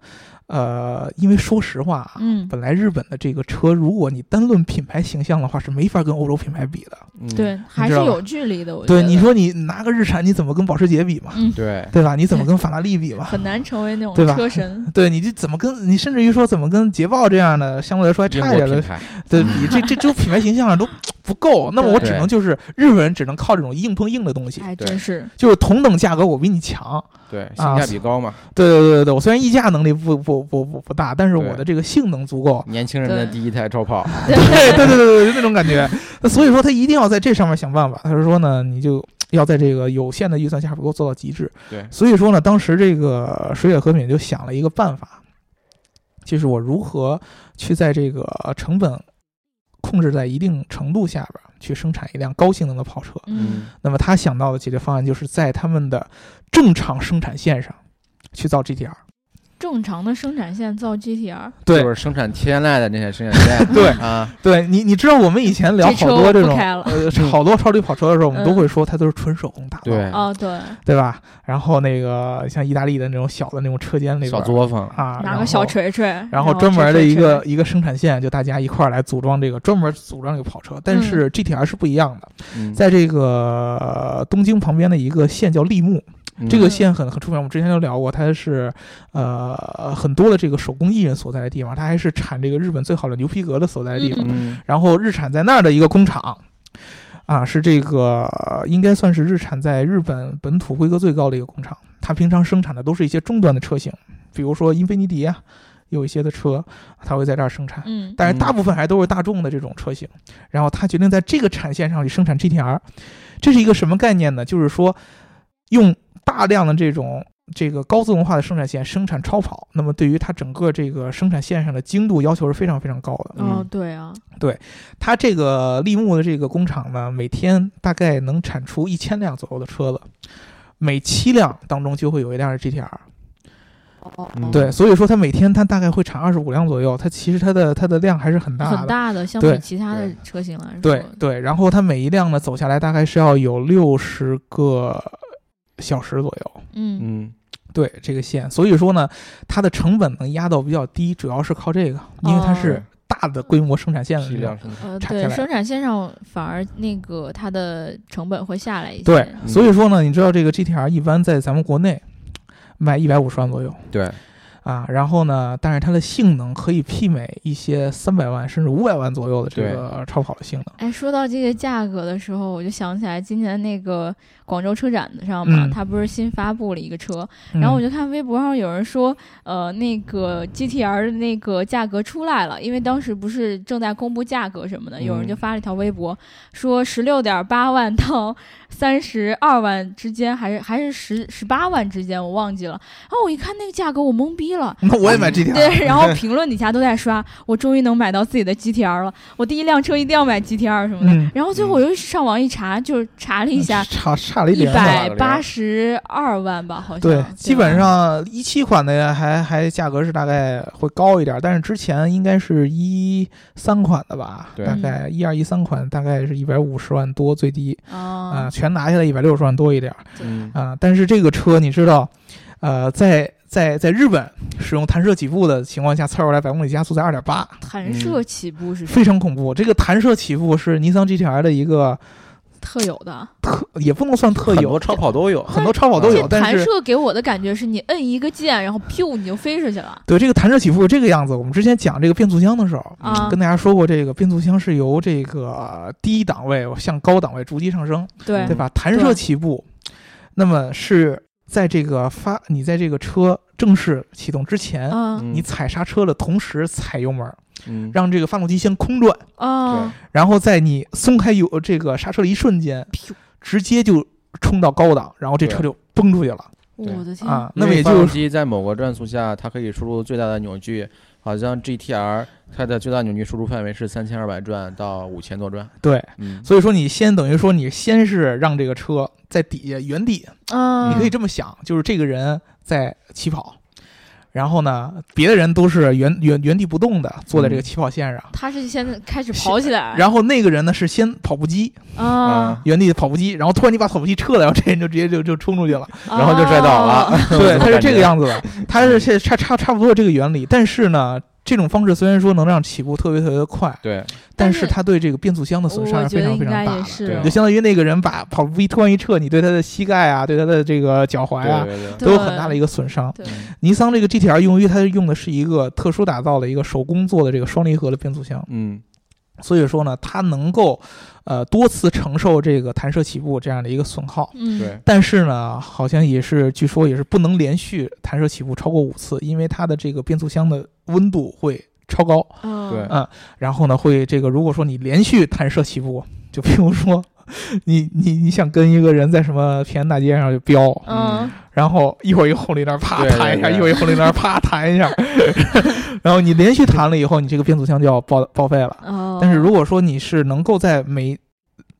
Speaker 2: 呃，因为说实话啊。
Speaker 1: 嗯，
Speaker 2: 本来日本的这个车，如果你单论品牌形象的话，是没法跟欧洲品牌比的。
Speaker 3: 嗯
Speaker 1: 对，还
Speaker 2: 知
Speaker 1: 是
Speaker 2: 道吧
Speaker 1: 有距离的，我觉
Speaker 2: 对，
Speaker 1: 得
Speaker 2: 你说你拿个日产，你怎么跟保时捷比嘛？
Speaker 1: 嗯，
Speaker 3: 对，
Speaker 2: 对吧？你怎么跟法拉利比嘛？
Speaker 1: [laughs] 很难成为那种
Speaker 2: 对吧
Speaker 1: 车神，
Speaker 2: 对，你这怎么跟你甚至于说怎么跟捷豹这样的相对来说还
Speaker 3: 英
Speaker 2: 差一
Speaker 3: 国
Speaker 2: 点
Speaker 3: 品
Speaker 2: 的，
Speaker 3: 牌，
Speaker 2: 对比这这种品牌形
Speaker 1: [laughs]
Speaker 2: 象上都不够。那么我
Speaker 1: 对
Speaker 2: 只能就是日本人只能靠这种硬碰硬的东西，
Speaker 1: 哎，
Speaker 3: 对
Speaker 1: 真是
Speaker 2: 就是同等价格我比你强。
Speaker 3: 对，性价比高嘛，
Speaker 2: 对对对对对，我虽然议价能力不不不不不大，但是我的这个性能足够。 [laughs]
Speaker 3: 年轻人的
Speaker 1: 对
Speaker 3: 第一台超跑，
Speaker 2: 对对对对对，那种感觉。那所以说他一定要在这上面想办法。他是说呢，你就要在这个有限的预算下给我做到极致。
Speaker 3: 对
Speaker 2: 所以说呢，当时这个水野和敏就想了一个办法，就是我如何去在这个成本控制在一定程度下边儿去生产一辆高性能的跑车。
Speaker 1: 嗯，
Speaker 2: 那么他想到的解决方案就是在他们的正常生产线上去造 GTR。
Speaker 1: 正常的生产线造 GTR，
Speaker 2: 对
Speaker 3: 就是生产天籁的那些生产线，
Speaker 2: 对
Speaker 3: 啊，
Speaker 2: 对你，你知道我们以前聊
Speaker 1: 这
Speaker 2: 好
Speaker 1: 车
Speaker 2: 多
Speaker 1: 我
Speaker 2: 这
Speaker 1: 不
Speaker 2: 种
Speaker 1: 开了啊
Speaker 2: 呃好多超级跑车的时候，我们都
Speaker 1: 嗯
Speaker 2: 会说它都是纯手工打造。
Speaker 3: 对，
Speaker 1: 哦，对，
Speaker 2: 对啊吧？然后那个像意大利的那种小的那种车间里边
Speaker 3: 小
Speaker 2: 儿
Speaker 3: 作坊，
Speaker 2: 啊，
Speaker 1: 拿
Speaker 2: 然
Speaker 1: 个小
Speaker 2: 后。
Speaker 1: 锤锤，
Speaker 2: 然
Speaker 1: 然
Speaker 2: 后专门
Speaker 1: 锤
Speaker 2: 的
Speaker 1: 锤
Speaker 2: 一
Speaker 1: 锤
Speaker 2: 个一个生产线，就大家一块儿来组装这个，专门组装这个跑车。
Speaker 1: 嗯
Speaker 2: 但是 GTR 是不一样的，
Speaker 3: 嗯
Speaker 2: 在这个、呃东京旁边的一个县叫立木，
Speaker 3: 嗯
Speaker 2: 这个县很很出名，我们之前就聊过，它是呃很多的这个手工艺人所在的地方，它还是产这个日本最好的牛皮革的所在的地方。
Speaker 3: 嗯
Speaker 2: 然后日产在那儿的一个工厂，啊，是这个呃应该算是日产在日本本土规格最高的一个工厂。它平常生产的都是一些中端的车型，比如说英菲尼迪啊，有一些的车，它会在这儿生产。
Speaker 1: 嗯，
Speaker 2: 但是大部分还都是大众的这种车型，然后它决定在这个产线上去生产 GTR，这是一个什么概念呢？就是说，用大量的这种这个高自动化的生产线生产超跑，那么对于它整个这个生产线上的精度要求是非常非常高的。
Speaker 1: 哦
Speaker 3: 嗯，
Speaker 1: 对啊，
Speaker 2: 它这个立木的这个工厂呢，每天大概能产出一千辆左右的车子，每七辆当中就会有一辆是 GTR。
Speaker 1: 哦，
Speaker 3: 嗯
Speaker 2: 对，所以说它每天它大概会产二十五辆左右，它其实它的它的量还是很大的。
Speaker 1: 很大的，相
Speaker 2: 啊对
Speaker 1: 比其他的车型来说，
Speaker 2: 对对，然后它每一辆呢走下来大概是要有六十个小时左右，
Speaker 1: 嗯，
Speaker 3: 嗯
Speaker 2: 对这个线，所以说呢，它的成本能压到比较低，主要是靠这个，因为它
Speaker 3: 哦
Speaker 2: 是大的规模生产线的
Speaker 3: 批
Speaker 2: 这
Speaker 3: 量
Speaker 2: 样。
Speaker 3: 生产。
Speaker 1: 呃，
Speaker 2: 拆开
Speaker 1: 对，
Speaker 2: 来
Speaker 1: 生产线上反而那个它的成本会下来一些。
Speaker 2: 对，
Speaker 3: 嗯
Speaker 2: 所以说呢，你知道这个 GTR 一般在咱们国内卖一百五十万左右
Speaker 3: 对，
Speaker 2: 啊，然后呢，但是它的性能可以媲美一些三百万甚至五百万左右的这个超跑的性能。
Speaker 1: 哎，说到这个价格的时候，我就想起来今年那个广州车展上嘛，
Speaker 2: 嗯
Speaker 1: 它不是新发布了一个车，然后我
Speaker 2: 就
Speaker 1: 就看微博上有人说，呃，那个 GTR 的那个价格出来了，因为当时不是正在公布价格什么的，有人就
Speaker 3: 嗯
Speaker 1: 发了一条微博，说十六点八万到三十二万之间，还是还是十十八万之间，我忘记了。然后我一看那个价格，我懵逼了。
Speaker 2: [laughs] 那我也买 GTR，
Speaker 1: 对，然
Speaker 2: [laughs]
Speaker 1: 后评论底下都在刷，我终于能买到自己的 GTR 了，我第一辆车一定要买 GTR 什么的。
Speaker 2: 嗯，
Speaker 1: 然后最后我又上网一查，就是查了一下，
Speaker 2: [laughs] 差差了一
Speaker 1: 一
Speaker 2: 点。
Speaker 1: 百八十二万吧，好像。
Speaker 2: 对，基本
Speaker 1: 吧
Speaker 2: 上呃一七款的还还价格是大概会高一点，但是之前应该是一三款的吧，
Speaker 3: 对
Speaker 2: 大概
Speaker 1: 嗯
Speaker 2: 一二一三款大概是一百五十万多最低啊、
Speaker 1: 啊，
Speaker 2: 全拿下来一百六十万多一点
Speaker 3: 嗯，
Speaker 2: 啊、但是这个车你知道，呃，在在在日本使用弹射起步的情况下，测出来百公里加速在二点八，
Speaker 1: 弹射起步是
Speaker 2: 嗯非常恐怖。这个弹射起步是尼桑 GTR 的一个
Speaker 1: 特有的，
Speaker 2: 特，也不能算特
Speaker 3: 很
Speaker 2: 有
Speaker 3: 多，超跑都有，
Speaker 2: 很多超跑都有，
Speaker 1: 这
Speaker 2: 但
Speaker 1: 弹
Speaker 2: 是。
Speaker 1: 射给我的感觉是你摁一个键，
Speaker 2: [laughs]
Speaker 1: 然后咻你就飞出去了
Speaker 2: 对这个弹射起步是这个样子，我们之前讲这个变速箱的时候，
Speaker 1: 啊。
Speaker 2: 嗯跟大家说过，这个变速箱是由这个低档位向高档位逐级上升，
Speaker 1: 对
Speaker 2: 对吧？弹射起步，那么是在这个发你在这个车正式启动之前，
Speaker 1: 啊
Speaker 3: 嗯
Speaker 2: 你踩刹车的同时踩油门，
Speaker 3: 嗯，
Speaker 2: 让这个发动机先空转，
Speaker 1: 啊，
Speaker 2: 然后在你松开油这个刹车的一瞬间，直接就冲到高档，然后这车
Speaker 3: 对
Speaker 2: 就崩出去了
Speaker 3: 对
Speaker 1: 我的天，
Speaker 2: 啊！
Speaker 3: 因
Speaker 2: 那么
Speaker 3: 为
Speaker 2: 也
Speaker 3: 发
Speaker 2: 就
Speaker 3: 动
Speaker 2: 是
Speaker 3: 机在某个转速下，它可以输入最大的扭矩，好像 GTR 它的最大扭矩输出范围是三千二百转到五千多转。
Speaker 2: [laughs] 对，
Speaker 3: 嗯， [laughs]
Speaker 2: 所以说你先等于说你先是让这个车在底下原地
Speaker 1: 啊，
Speaker 2: 你可以这么想，就是这个人在起跑，然后呢，别的人都是原原原地不动的坐在
Speaker 3: 嗯
Speaker 2: 这个起跑线上，
Speaker 1: 他是现在开始跑起来，
Speaker 2: 然后那个人呢是先跑步机，
Speaker 1: 啊，
Speaker 2: 原地的跑步机，然后突然你把跑步机撤了，然后这人就直接就就冲出去了，
Speaker 3: 然后就摔倒了
Speaker 2: [laughs]
Speaker 1: 啊。。
Speaker 2: 对，他是这个样子的，他是现差差差不多这个原理，但是呢。这种方式虽然说能让起步特别特别的快，
Speaker 3: 对，
Speaker 2: 但
Speaker 1: 但
Speaker 2: 是
Speaker 1: 是
Speaker 2: 它对这个变速箱的损伤
Speaker 1: 我
Speaker 2: 是
Speaker 1: 觉
Speaker 2: 非
Speaker 1: 得
Speaker 2: 常
Speaker 1: 应
Speaker 2: 非常
Speaker 1: 该
Speaker 2: 大的
Speaker 1: 也。是
Speaker 3: 对
Speaker 2: 你就相当于那个人把跑步机突然一撤，你对他的膝盖啊，对他的这个脚踝啊，
Speaker 3: 对对对，
Speaker 2: 都有很大的一个损伤。
Speaker 1: 对
Speaker 2: 尼桑这个 GTR 用于它用的是一个特殊打造的一个手工做的这个双离合的变速箱，
Speaker 3: 嗯，
Speaker 2: 所以说呢，它能够呃多次承受这个弹射起步这样的一个损耗。
Speaker 1: 嗯，
Speaker 3: 对，
Speaker 2: 但是呢，好像也是据说也是不能连续弹射起步超过五次，因为它的这个变速箱的温度会超高，
Speaker 1: 嗯
Speaker 3: 对
Speaker 2: 然后呢会这个如果说你连续弹射起步，就比如说你你你想跟一个人在什么平安大街上就飙，
Speaker 1: 嗯，
Speaker 2: 然后一会儿一个红绿灯啪
Speaker 3: 对对
Speaker 2: 弹一下，
Speaker 3: 对
Speaker 2: 一会儿一个红绿灯啪弹一下， [laughs] 然后你连续弹了以后，你这个变速箱就要报报废了。
Speaker 1: 哦，
Speaker 2: 嗯但是如果说你是能够在每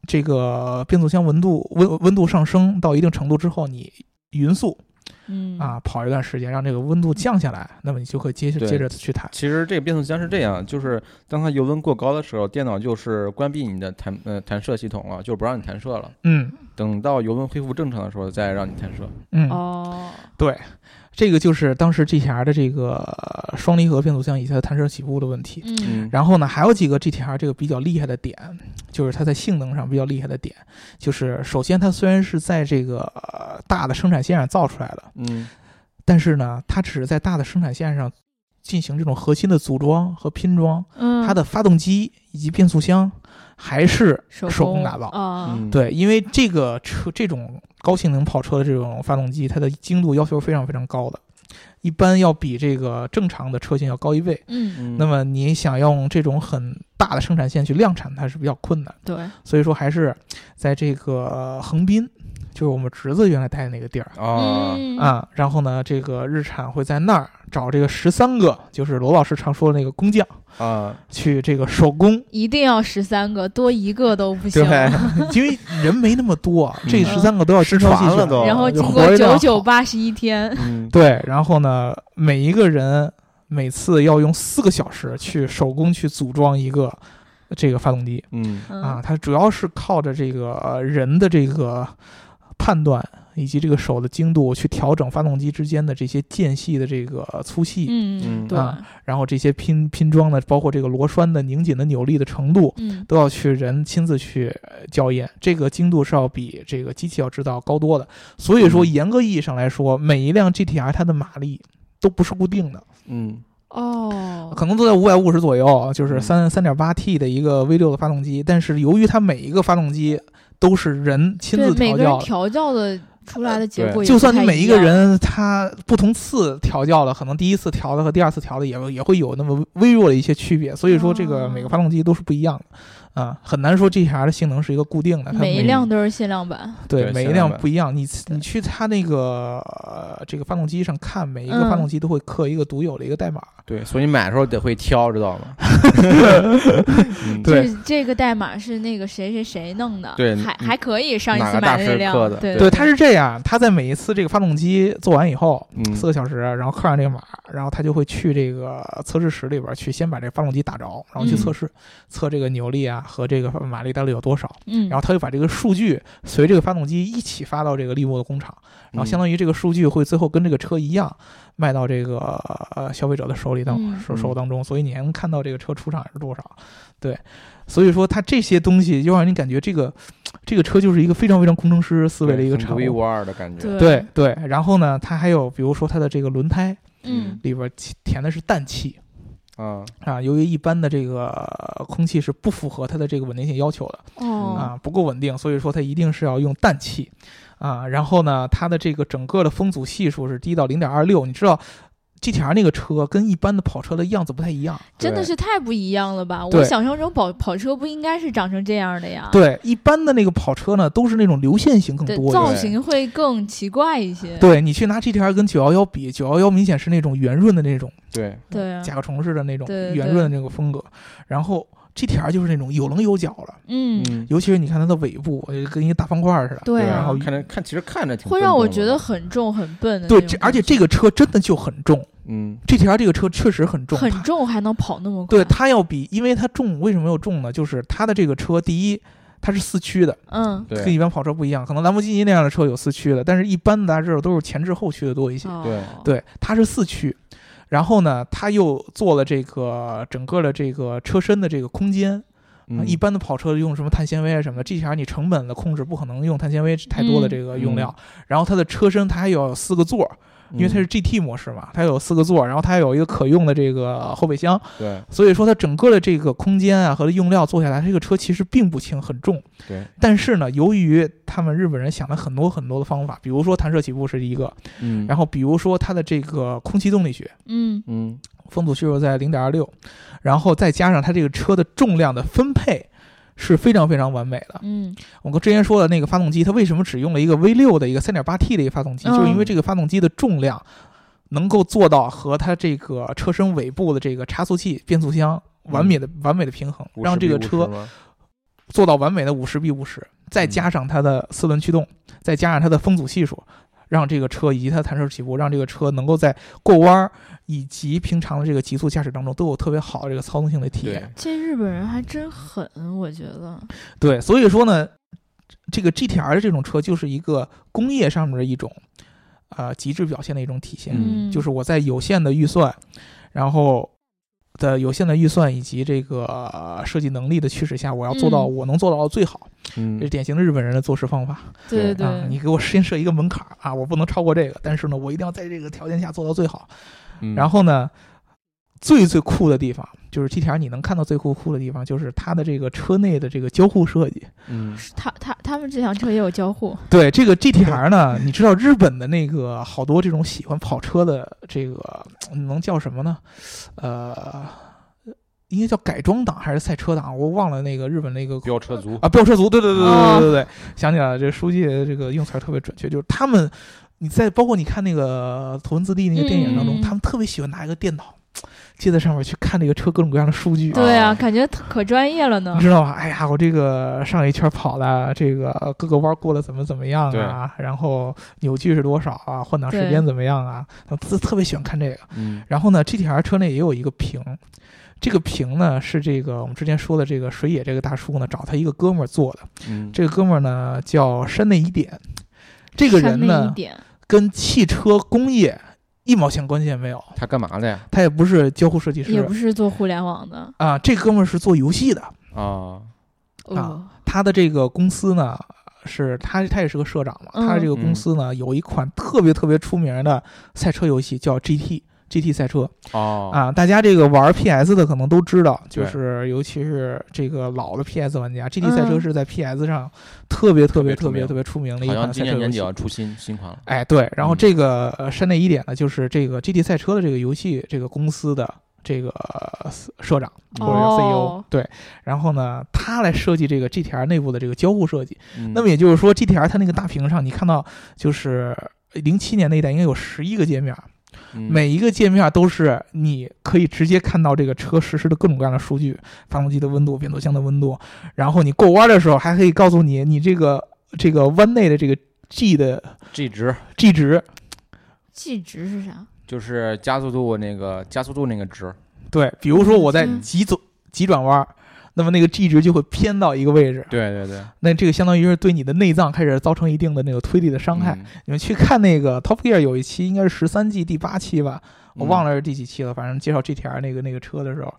Speaker 2: 这个变速箱温度温温度上升到一定程度之后，你匀速
Speaker 1: 嗯
Speaker 2: 啊跑一段时间，让这个温度降下来，那么你就可以接
Speaker 3: 对
Speaker 2: 接着去弹。
Speaker 3: 其实这个变速箱是这样，就是当它油温过高的时候，电脑就是关闭你的弹呃弹射系统了，就不让你弹射了。
Speaker 2: 嗯
Speaker 3: 等到油温恢复正常的时候，再让你弹射。
Speaker 2: 嗯，
Speaker 1: 哦，
Speaker 2: 对，这个就是当时 GTR 的这个呃双离合变速箱以及它的弹射起步的问题。
Speaker 1: 嗯
Speaker 2: 然后呢，还有几个 GTR 这个比较厉害的点，就是它在性能上比较厉害的点，就是首先它虽然是在这个、呃大的生产线上造出来的，
Speaker 3: 嗯，
Speaker 2: 但是呢，它只是在大的生产线上进行这种核心的组装和拼装，
Speaker 1: 嗯，
Speaker 2: 它的发动机以及变速箱还是
Speaker 1: 手
Speaker 2: 手
Speaker 1: 工
Speaker 2: 工打造。
Speaker 1: 啊，
Speaker 3: 嗯，
Speaker 2: 对，因为这个车这种高性能跑车的这种发动机，它的精度要求非常非常高的，一般要比这个正常的车型要高一倍。
Speaker 1: 嗯，
Speaker 3: 嗯，
Speaker 2: 那么你想用这种很大的生产线去量产，它是比较困难。
Speaker 1: 对，
Speaker 2: 所以说还是在这个呃横滨，就是我们侄子原来待的那个地儿
Speaker 3: 啊，
Speaker 1: 嗯，
Speaker 2: 啊、然后呢，这个日产会在那儿找这个十三个，就是罗老师常说的那个工匠，
Speaker 3: 啊，
Speaker 2: 去这个
Speaker 1: [laughs]
Speaker 2: 手工。
Speaker 1: 一定要十三个，多一个都不行
Speaker 2: 对。，因为人没那么 [laughs] 多，这
Speaker 3: 嗯
Speaker 2: 十三个都要精挑细
Speaker 3: 失传了
Speaker 2: 选，
Speaker 3: 都
Speaker 1: 然后
Speaker 2: 就
Speaker 1: 经
Speaker 2: 活儿
Speaker 1: 过
Speaker 2: 一定要
Speaker 1: 九九
Speaker 2: 好
Speaker 1: 八十一天，
Speaker 3: 嗯，
Speaker 2: 对，然后呢，每一个人每次要用四个小时去手工去组装一个这个发动机。 [laughs] 啊
Speaker 3: 嗯，
Speaker 1: 嗯
Speaker 2: 啊，它主要是靠着这个呃人的这个判断以及这个手的精度去调整发动机之间的这些间隙的这个粗细，
Speaker 1: 嗯，
Speaker 3: 嗯
Speaker 1: 对，
Speaker 2: 啊然后这些拼拼装的，包括这个螺栓的拧紧的扭力的程度，
Speaker 1: 嗯，
Speaker 2: 都要去人亲自去呃校验，这个精度是要比这个机器要知道高多的。所以说，
Speaker 3: 嗯
Speaker 2: 严格意义上来说，每一辆 GTR 它的马力都不是固定的，
Speaker 3: 嗯
Speaker 1: 哦，
Speaker 2: 可能都在五百五十左右，就是
Speaker 3: 嗯
Speaker 2: 三三点八 T 的一个 V 六的发动机。但是由于它每一个发动机都是人亲
Speaker 1: 对
Speaker 2: 自
Speaker 1: 每
Speaker 2: 调
Speaker 1: 个人
Speaker 2: 教的。
Speaker 1: 调教的出来的结
Speaker 3: 对
Speaker 1: 果也
Speaker 2: 就
Speaker 1: 不
Speaker 2: 算你
Speaker 1: 太
Speaker 2: 每
Speaker 1: 一
Speaker 2: 一个
Speaker 1: 样，
Speaker 2: 人他不同次调教的，可能第一次调的和第二次调的也也会有那么微弱的一些区别，所以说这个
Speaker 1: 哦
Speaker 2: 每个发动机都是不一样的，啊，很难说 GTR 的性能是一个固定的，它
Speaker 1: 每一
Speaker 2: 每
Speaker 1: 辆都是限量版，
Speaker 2: 对
Speaker 3: 对
Speaker 2: 每一
Speaker 3: 限
Speaker 2: 辆
Speaker 3: 量版
Speaker 2: 不一样，你
Speaker 1: 对
Speaker 2: 你去它那个呃这个发动机上看，每一个
Speaker 1: 嗯
Speaker 2: 发动机都会刻一个独有的一个代码，
Speaker 3: 对，所以买的时候得会挑，知道
Speaker 2: [laughs]
Speaker 3: 吗？嗯
Speaker 2: 对
Speaker 1: 这这个代码是那个谁谁谁弄的，
Speaker 3: 对
Speaker 1: 还
Speaker 3: 嗯
Speaker 1: 还可以。上一
Speaker 3: 哪
Speaker 1: 次
Speaker 3: 个
Speaker 1: 买
Speaker 3: 大
Speaker 1: 的
Speaker 3: 师
Speaker 1: 那辆
Speaker 3: 刻，的
Speaker 1: 对
Speaker 3: 对
Speaker 2: 对，它是这样，它在每一次这个发动机做完以后。
Speaker 3: 嗯，
Speaker 2: 四个小时，然后刻上这个码，然后他就会去这个测试室里边去，先把这个发动机打着，然后去
Speaker 1: 嗯
Speaker 2: 测试，测这个扭力啊和这个马力到底有多少，
Speaker 1: 嗯，
Speaker 2: 然后他会把这个数据随这个发动机一起发到这个利木的工厂，然后相
Speaker 1: 嗯
Speaker 3: 当
Speaker 2: 当于这个数据会最后跟这个车一样卖到这个呃消费者的手里当
Speaker 1: 嗯
Speaker 2: 手手当中，所以你还能看到这个车出厂是多少，对，所以说它这些东西就让你感觉这个这个车就是一个非常非常工程师思维的一个产
Speaker 3: 独一无
Speaker 2: 物。
Speaker 3: 二的感觉。
Speaker 1: 对
Speaker 2: 对对，然后呢，它还有比如说它的这个轮胎
Speaker 1: 嗯
Speaker 2: 里边填的是氮气
Speaker 3: 啊，
Speaker 2: 啊，由于一般的这个呃空气是不符合它的这个稳定性要求的，
Speaker 1: 哦
Speaker 2: 啊不够稳定，所以说它一定是要用氮气啊。然后呢，它的这个整个的风阻系数是低到零点二六。你知道 GTR 那个车跟一般的跑车的样子不太一样。
Speaker 1: 真的
Speaker 3: 对
Speaker 1: 是太不一样了吧！我
Speaker 2: 对
Speaker 1: 想象中跑跑车不应该是长成这样的呀，
Speaker 2: 对，一般的那个跑车呢，都是那种流线型更
Speaker 1: 对，
Speaker 2: 多
Speaker 1: 造
Speaker 2: 的。
Speaker 1: 型会更奇怪一些。
Speaker 2: 对你去拿 GTR 跟911比，911明显是那种圆润的那种
Speaker 3: 对，
Speaker 1: 对啊
Speaker 2: 甲壳虫似的那种
Speaker 1: 对
Speaker 2: 圆
Speaker 1: 对
Speaker 2: 润的那个风格，然后 GTR 就是那种有棱有角了，
Speaker 1: 嗯，
Speaker 3: 嗯，
Speaker 2: 尤其是你看它的尾部，呃跟一个大方块似的。
Speaker 1: 对
Speaker 2: 然
Speaker 1: 啊
Speaker 2: 后，
Speaker 3: 看着看，其实看着挺
Speaker 1: 会让
Speaker 3: 笨
Speaker 1: 我
Speaker 3: 重
Speaker 1: 觉
Speaker 3: 的
Speaker 1: 得很重很笨的那
Speaker 2: 对
Speaker 1: 种感觉。，
Speaker 2: 这而且这个车真的就很重
Speaker 3: 嗯
Speaker 2: ，GTR 这个车确实很重，
Speaker 1: 很
Speaker 2: 它
Speaker 1: 重啊还能跑那么快，
Speaker 2: 对，它要比，因为它重，为什么要重呢？就是它的这个车，第一，它是四驱的，
Speaker 1: 嗯，
Speaker 2: 跟
Speaker 3: 对
Speaker 2: 一般跑车不一样。可能兰博基尼那样的车有四驱的，但是一般的这种都是前置后驱的多一些。
Speaker 1: 哦
Speaker 3: 对，
Speaker 2: 对，它是四驱。然后呢，它又做了这个整个的这个车身的这个空间。
Speaker 3: 嗯
Speaker 2: 啊一般的跑车用什么碳纤维啊什么的，GTR 你成本的控制不可能用碳纤维太多的
Speaker 1: 嗯
Speaker 2: 这个用料。然后它的车身它还有四个座儿，因为
Speaker 3: 嗯
Speaker 2: 它是 GT 模式嘛，它有四个座儿，然后它还有一个可用的这个后备箱。
Speaker 3: 嗯对
Speaker 2: 所以说它整个的这个空间啊和用料做下来，它这个车其实并不轻，很重。
Speaker 3: 对，
Speaker 2: 但是呢，由于他们日本人想了很多很多的方法，比如说弹射起步是一个，
Speaker 3: 嗯，
Speaker 2: 然
Speaker 3: 后
Speaker 2: 后比如说它的这个空气动力学
Speaker 1: 嗯
Speaker 3: 嗯
Speaker 2: 风阻系数在零点二六，然后再加上它这个车的重量的分配。是非常非常完美的。
Speaker 1: 嗯，
Speaker 2: 我们之前说的那个发动机，它为什么只用了一个 V 六的一个三点八 T 的一个发动机，
Speaker 1: 嗯
Speaker 2: 就是因为这个发动机的重量能够做到和它这个车身尾部的这个差速器、变速箱完美的、完美的平衡，
Speaker 3: 50
Speaker 2: 让这个
Speaker 3: 比50
Speaker 2: 车
Speaker 3: 吗
Speaker 2: 做到完美的五十比五十，再加上它的四轮驱动，再加上它的风阻系数，让这个车以及它的弹射起步，让这个车能够在过弯儿以及平常的这个极速驾驶当中都有特别好的这个操纵性的体
Speaker 3: 对
Speaker 2: 验。
Speaker 1: 这日本人还真狠，我觉得，
Speaker 2: 对所以说呢，这个 GTR 的这种车就是一个工业上面的一种，呃，极致表现的一种体现，
Speaker 3: 嗯
Speaker 1: 嗯，
Speaker 2: 就是我在有限的预算，然后。的有限的预算以及这个呃设计能力的驱使下，我要做到
Speaker 1: 嗯
Speaker 2: 我能做到的最好，这
Speaker 3: 嗯
Speaker 2: 是典型的日本人的做事方法。
Speaker 1: 对
Speaker 3: 对
Speaker 1: 对
Speaker 2: 啊，你给我先设一个门槛儿啊，我不能超过这个，但是呢，我一定要在这个条件下做到最好。
Speaker 3: 嗯
Speaker 2: 然后呢，最最酷的地方就是 GTR，你能看到最酷酷的地方就是它的这个车内的这个交互设计。
Speaker 3: 嗯
Speaker 1: 是他他他们这辆车也有交互，
Speaker 2: 对这个 GTR 呢，你知道日本的那个好多这种喜欢跑车的这个嗯能叫什么呢？呃，应该叫改装党还是赛车党？我忘了那个日本那个
Speaker 3: 飙车
Speaker 2: [laughs]
Speaker 3: 族
Speaker 2: 啊，飙车族，对对对对
Speaker 1: 哦
Speaker 2: 对对对，想起来了，这个书记这个用词儿特别准确，就是他们，你在包括你看那个《头文字 D》那个电影当中，
Speaker 1: 嗯
Speaker 2: 他们特别喜欢拿一个电脑，接在上面去看这个车各种各样的数据。
Speaker 1: 对啊，
Speaker 3: 啊
Speaker 1: 感觉特可专业了呢
Speaker 2: 你。知道吗？哎呀，我这个上一圈跑了，这个各个弯过得怎么怎么样啊？然后扭矩是多少啊？换挡时间
Speaker 1: 对
Speaker 2: 怎么样啊？他特特别喜欢看这个。
Speaker 3: 嗯
Speaker 2: 然后呢，GTR 车内也有一个屏，这个屏呢是这个我们之前说的这个水野这个大叔呢找他一个哥们儿做的。
Speaker 3: 嗯
Speaker 2: 这个哥们儿呢叫山内一点，这个人
Speaker 1: 上那一
Speaker 2: 呢，
Speaker 1: 点，
Speaker 2: 跟汽车工业一毛钱关系也没有，
Speaker 3: 他干嘛的呀？
Speaker 2: 他也不是交互设计
Speaker 1: 也
Speaker 2: 师
Speaker 1: 不是做互联网的，
Speaker 2: 啊，这哥们儿是做游戏的，
Speaker 3: 啊，
Speaker 1: 哦，
Speaker 2: 他的这个公司呢。是他，他也是个社长嘛。
Speaker 1: 嗯
Speaker 2: 他这个公司呢，有一款特别特别出名的赛车游戏，叫 GT GT 赛车。
Speaker 3: 哦，
Speaker 2: 啊，大家这个玩 PS 的可能都知道，就
Speaker 3: 对
Speaker 2: 是尤其是这个老的 PS 玩家，GT 赛车
Speaker 1: 嗯
Speaker 2: 是在 PS 上特别特别
Speaker 3: 特
Speaker 2: 特
Speaker 3: 别
Speaker 2: 别
Speaker 3: 出
Speaker 2: 特别出名的一
Speaker 3: 好
Speaker 2: 款
Speaker 3: 像今
Speaker 2: 赛
Speaker 3: 年
Speaker 2: 车游
Speaker 3: 年底
Speaker 2: 戏
Speaker 3: 要。出新新
Speaker 2: [laughs]
Speaker 3: 款了。
Speaker 2: 哎，对，然后
Speaker 3: 嗯
Speaker 2: 这个呃山内一点呢，就是这个 GT 赛车的这个游戏这个公司的这个呃社长或者叫 CEO，、
Speaker 1: 哦
Speaker 2: 对，然后呢，他来设计这个 GTR 内部的这个交互设计。
Speaker 3: 嗯
Speaker 2: 那么也就是说，GTR 它那个大屏上，你看到就是零七年那一代应该有十一个界面，
Speaker 3: 嗯
Speaker 2: 每一个界面都是你可以直接看到这个车实时的各种各样的数据，发动机的温度、变速箱的温度，然后你过弯的时候还可以告诉你你这个这个弯内的这个 G 的
Speaker 3: G 值
Speaker 2: G 值，
Speaker 1: G 值是啥？
Speaker 3: 就是加速度那个加速度那个值，
Speaker 2: 对，比如说我在
Speaker 1: 嗯
Speaker 2: 急走急转弯。那么那个 G 值就会偏到一个位置，
Speaker 3: 对对对，
Speaker 2: 那这个相当于是对你的内脏开始造成一定的那个推力的伤害。
Speaker 3: 嗯
Speaker 2: 你们去看那个 Top Gear 有一期应该是十三季第八期吧，我
Speaker 3: 嗯
Speaker 2: 忘了是第几期了，反正介绍 GTR 那个那个车的时候，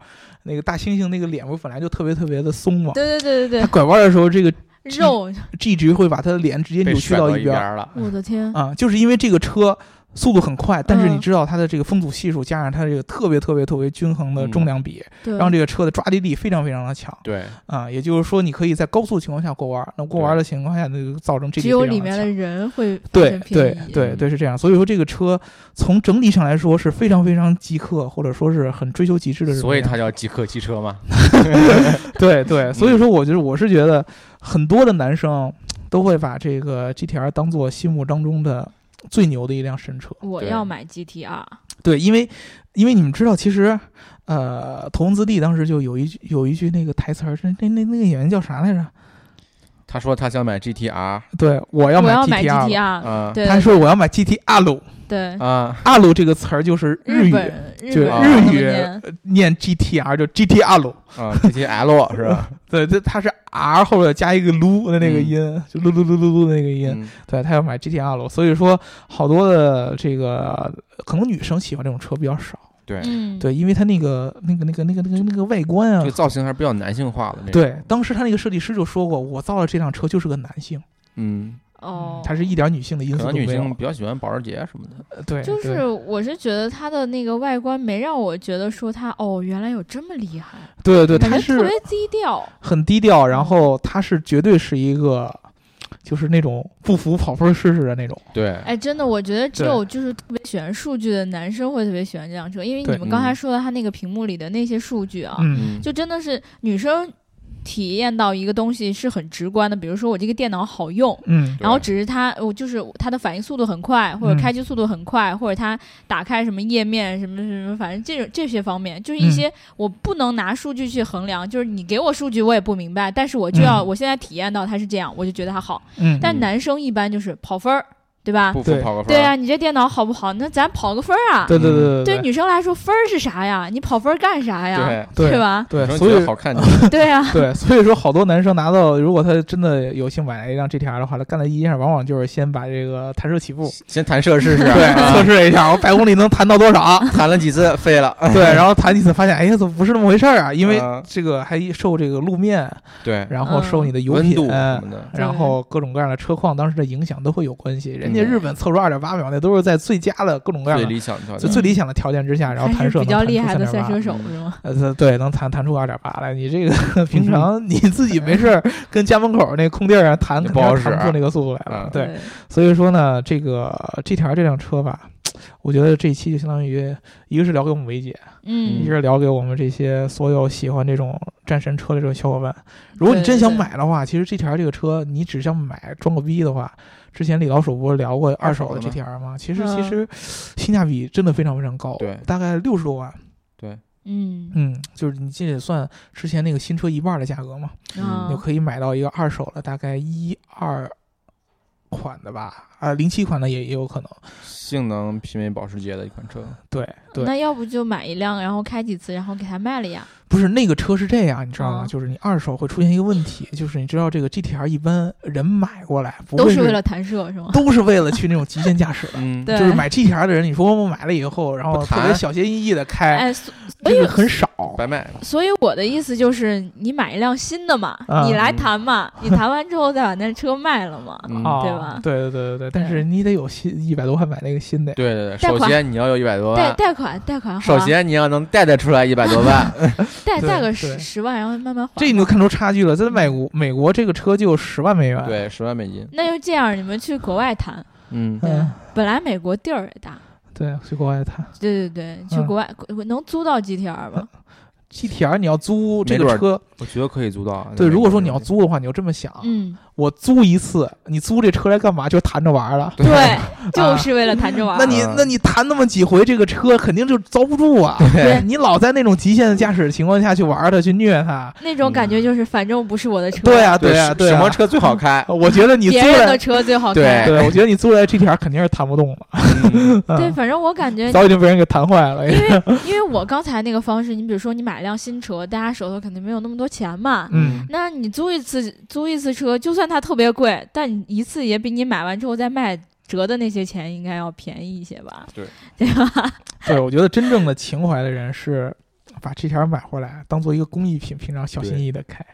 Speaker 2: 那个大猩猩那个脸不是本来就特别特别的松嘛，
Speaker 1: 对对对对
Speaker 2: 他拐弯的时候，这个 [laughs]
Speaker 1: 对，肉，
Speaker 2: G 值会把他的脸直接
Speaker 3: 嗯被
Speaker 2: 扭曲
Speaker 3: 选
Speaker 2: 到
Speaker 3: 到一
Speaker 2: 边
Speaker 3: 边
Speaker 2: 儿
Speaker 3: 儿了，
Speaker 1: 我的天，
Speaker 2: 啊、就是因为这个车速度很快，但是你
Speaker 1: 嗯
Speaker 2: 知道它的这个风阻系数加上它这个特别特别特别均衡的
Speaker 3: 嗯
Speaker 2: 重量比，
Speaker 1: 对，
Speaker 2: 让这个车的抓地力非常非常的强
Speaker 3: 对，
Speaker 2: 啊、也就是说你可以在高速情况下过弯，那过弯
Speaker 3: 对
Speaker 2: 的情况下那就造成这
Speaker 1: 只有里面的人会发
Speaker 2: 对
Speaker 1: 生
Speaker 2: 对
Speaker 1: 偏移
Speaker 2: 对对是这样，所以说这个车从整体上来说是非常非常极客，或者说是很追求极致的这种
Speaker 3: 所以
Speaker 2: 样子。
Speaker 3: 它叫极客汽车嘛，
Speaker 2: [laughs] 对对，所以说我觉得我是觉得很多的男生都会把这个 GTR 当做心目当中的最牛的一辆神车。
Speaker 1: 我
Speaker 3: 对
Speaker 1: 要买 GTR，
Speaker 2: 对，因为因为你们知道，其实呃，头文字 D 当时就有一句有一句那个台词儿，那那那那个演员叫啥来着？
Speaker 3: 他说他想买 GTR，
Speaker 2: 对，我要
Speaker 1: 我
Speaker 2: 买
Speaker 1: 要买
Speaker 2: GTR 了。
Speaker 1: GTR，
Speaker 3: 啊
Speaker 1: 啊对
Speaker 2: 嗯他说我要买 GTR，
Speaker 1: 对，
Speaker 3: 啊，
Speaker 2: 阿鲁这个词儿就是日
Speaker 1: 日
Speaker 2: 语，
Speaker 1: 本
Speaker 2: 就
Speaker 1: 日
Speaker 3: 啊
Speaker 1: 本
Speaker 2: 日
Speaker 1: 怎么
Speaker 2: 语
Speaker 1: 念
Speaker 2: 呃念 GTR 就 GTR，
Speaker 3: 啊 GTL
Speaker 2: [laughs]
Speaker 3: 是吧？嗯
Speaker 2: 对，这它是 R 后边加一个噜的那个音，就噜噜噜噜噜的那个音。
Speaker 3: 嗯
Speaker 2: 对他要买 GTR，所以说好多的这个可能女生喜欢这种车比较少，
Speaker 3: 对，
Speaker 1: 嗯，
Speaker 2: 对，因为它那个那个那个那个那个那个外观啊
Speaker 3: 这个，造型还是比较男性化的那种，
Speaker 2: 对，当时他那个设计师就说过，我造的这辆车就是个男性，
Speaker 3: 嗯，
Speaker 1: 哦，
Speaker 2: 它是一点女性的因
Speaker 3: 可
Speaker 2: 素都
Speaker 3: 能女
Speaker 2: 没
Speaker 3: 性
Speaker 2: 有，
Speaker 3: 比较喜欢保时捷什么的，
Speaker 2: 呃对，
Speaker 1: 就
Speaker 2: 对
Speaker 1: 是，我是觉得它的那个外观没让我觉得说它哦，原来有这么厉害，
Speaker 2: 对对，
Speaker 1: 感
Speaker 2: 它
Speaker 1: 觉特
Speaker 2: 是
Speaker 1: 别低调。
Speaker 2: 很低调，然后它是绝对是一个。就是那种不服跑分试试的那种，
Speaker 3: 对，
Speaker 1: 哎，真的，我觉得只
Speaker 2: 对
Speaker 1: 有就是特别喜欢数据的男生会特别喜欢这辆车，因为
Speaker 2: 对
Speaker 1: 你们刚才
Speaker 3: 嗯
Speaker 1: 说的它那个屏幕里的那些数据啊，
Speaker 2: 嗯，
Speaker 3: 嗯，
Speaker 1: 就真的是女生体验到一个东西是很直观的，比如说我这个电脑好用，
Speaker 2: 嗯，
Speaker 1: 然后
Speaker 3: 对
Speaker 1: 只是它，我就是它的反应速度很快，或者开机速度很快，或者它打开什么页面什么什么，反正这种这些方面，就是一些我不能拿数据去衡量，就是你给我数据我也不明白，但是我就要、
Speaker 2: 嗯
Speaker 1: 我现在体验到它是这样，我就觉得它好。
Speaker 2: 嗯，
Speaker 1: 但男生一般就是跑分儿，对吧？
Speaker 3: 不服
Speaker 2: 对
Speaker 3: 跑个分
Speaker 1: 对
Speaker 3: 儿，
Speaker 1: 啊，你这电脑好不好？那咱跑个分儿啊。
Speaker 2: 对对对
Speaker 1: 对
Speaker 2: 对
Speaker 1: 女生来说，分儿是啥呀？你跑分儿干啥呀？
Speaker 3: 对，
Speaker 2: 对对
Speaker 1: 吧？
Speaker 2: 对
Speaker 3: 女生
Speaker 2: 所
Speaker 3: 觉得
Speaker 2: 以 [laughs]
Speaker 3: 好看，
Speaker 1: 对啊，
Speaker 2: 对，所以说好多男生拿到，如果他真的有幸买了一辆 GTR 的话，他干的第一件事往往就是先把这个弹射起步，
Speaker 3: 先弹射试试， [laughs]
Speaker 2: 对， [laughs]
Speaker 3: 啊
Speaker 2: 测试一下我百公里能弹到多少，
Speaker 3: 弹了几次废了，啊
Speaker 2: 对，然后弹几次发现，哎呀，怎么不是那么回事儿啊？因为
Speaker 3: 嗯
Speaker 2: 这个还受这个路面，
Speaker 3: 对，
Speaker 2: 然后受你的油
Speaker 3: 嗯温
Speaker 2: 品嗯哎
Speaker 3: 度。啊什么的，
Speaker 2: 然后各种各样的车况，当时的影响都会有关系。人家
Speaker 3: 嗯
Speaker 2: 日本测出二点八秒，那都是在最佳的各种各样
Speaker 3: 最
Speaker 2: 的、
Speaker 3: 理想的条
Speaker 2: 就
Speaker 3: 件，
Speaker 2: 最理想的条件之下，然后
Speaker 1: 还
Speaker 2: 弹
Speaker 1: 是
Speaker 2: 射
Speaker 1: 比
Speaker 2: 能
Speaker 1: 较
Speaker 2: 弹出
Speaker 1: 厉害的赛
Speaker 2: 3.8
Speaker 1: 车手
Speaker 3: 嗯
Speaker 1: 是吗？
Speaker 2: 呃，对，能弹弹出二点八来。你这个平常你自己没事儿跟家门口那空地儿上弹，
Speaker 3: 也
Speaker 2: 肯
Speaker 3: 不
Speaker 2: 定
Speaker 3: 好
Speaker 2: 是弹
Speaker 3: 使
Speaker 2: 不出那个速度来了
Speaker 3: 嗯。
Speaker 2: [laughs] 对，，所以说呢，这个 GTR 这辆车吧，我觉得这一期就相当于一个是聊给我们维姐，
Speaker 1: 嗯
Speaker 2: 一个是聊给我们这些所有喜欢这种战神车的这种小伙伴。如果你真想
Speaker 1: 对对
Speaker 2: 买的话，其实 GTR 这个车你只想买装个逼的话，之前李老鼠不是聊过二手的
Speaker 3: 二手的
Speaker 2: GTR 吗？其实
Speaker 1: 嗯
Speaker 2: 其实性价比真的非常非常高，
Speaker 3: 对
Speaker 2: 大概六十多万。
Speaker 1: 嗯
Speaker 2: 嗯，就是你这也算之前那个新车一半的价格嘛，
Speaker 3: 嗯
Speaker 1: 啊
Speaker 2: 你就可以买到一个二手的，大概一二款的吧，啊，零七款的也也有可能。
Speaker 3: 性能媲美保时捷的一款车。
Speaker 2: 对对，
Speaker 1: 那要不就买一辆，然后开几次，然后给它卖了呀？
Speaker 2: 不是那个车是这样，你知道吗？
Speaker 1: 哦
Speaker 2: 就是你二手会出现一个问题，就是你知道这个 GTR 一般人买过来不
Speaker 1: 都
Speaker 2: 会
Speaker 1: 是为了弹射是吗？
Speaker 2: 都是为了去那种极限驾驶的。
Speaker 3: 嗯，
Speaker 1: 对
Speaker 2: 就是买 GTR 的人，你说我买了以后，然后
Speaker 3: 不
Speaker 2: 特
Speaker 3: 谈
Speaker 2: 别小心翼翼的开，
Speaker 1: 哎，所
Speaker 2: 这个很少。
Speaker 3: 白卖了。
Speaker 1: 所以我的意思就是，你买一辆新的嘛，
Speaker 2: 啊
Speaker 1: 你来谈
Speaker 2: [laughs]
Speaker 1: 嘛，你谈完之后再把那车卖了嘛。
Speaker 3: 嗯
Speaker 2: 啊，
Speaker 1: 对吧
Speaker 2: 对对对对对，但是你得有新一百多块买那个新的呀。
Speaker 3: 对对对，
Speaker 1: 贷
Speaker 3: 首
Speaker 1: 款
Speaker 3: 先你要有一百多
Speaker 1: 贷
Speaker 3: 万，
Speaker 1: 贷款贷款好
Speaker 3: 首
Speaker 1: 啊，
Speaker 3: 先你要能贷得出来一百
Speaker 2: [laughs]
Speaker 3: 多万，
Speaker 1: 贷
Speaker 2: 对
Speaker 1: 贷个
Speaker 2: 对
Speaker 1: 十十万，然后慢慢还嘛。
Speaker 2: 这你就看出差距了，在美国，美国这个车就十万美元，，
Speaker 3: 对，十万美金。
Speaker 1: 那就这样，你们去国外谈。
Speaker 3: 嗯，
Speaker 1: 对
Speaker 2: 嗯，
Speaker 1: 本来美国地儿也大，
Speaker 2: 对，去国外谈。
Speaker 1: 对对对，去
Speaker 2: 嗯
Speaker 1: 国外国能租到 GTR 吧？
Speaker 2: GTR 你要租这个
Speaker 3: 没
Speaker 2: 车，
Speaker 3: 我觉得可以租到啊。
Speaker 2: 对，
Speaker 3: 在
Speaker 2: 如果
Speaker 3: 美国
Speaker 2: 说你要
Speaker 3: 这
Speaker 2: 租的话，你就这么想，
Speaker 1: 嗯，
Speaker 2: 我租一次，你租这车来干嘛？就谈着玩儿了。 [laughs]
Speaker 3: 个，
Speaker 1: 对，就是为了谈着玩
Speaker 2: 啊那
Speaker 1: 儿。
Speaker 2: 你
Speaker 3: 啊
Speaker 2: 那你谈那么几回，这个车肯定就遭不住啊！
Speaker 3: 对
Speaker 2: 你老在那种极限的驾驶情况下去玩它，去虐它。
Speaker 1: 那种感觉就是，反正不是我的车，
Speaker 2: 嗯对啊，
Speaker 3: 对
Speaker 2: 啊，
Speaker 3: 什
Speaker 2: 对啊。
Speaker 3: 什么？车最好开？
Speaker 2: 我觉得你租
Speaker 1: 别人
Speaker 2: 来
Speaker 1: 的，车最好
Speaker 3: 对
Speaker 1: 开。
Speaker 2: 对，我觉得你租来 GTR 肯定是谈不动了，
Speaker 3: 嗯
Speaker 2: 嗯
Speaker 1: 对，反正我感觉
Speaker 2: 早已经被人给弹坏了。
Speaker 1: 因为因为我刚才那个方式，你比如说你买一辆新车，大家手头肯定没有那么多钱嘛。
Speaker 2: 嗯，
Speaker 1: 那你租一次租一次车，就算它特别贵，但你一次也比你买完之后再卖折的那些钱应该要便宜一些吧？
Speaker 3: 对，
Speaker 1: 对吧？
Speaker 2: 对，我觉得真正的情怀的人是把 GTR 买回来当做一个工艺品，平常小心翼翼的开。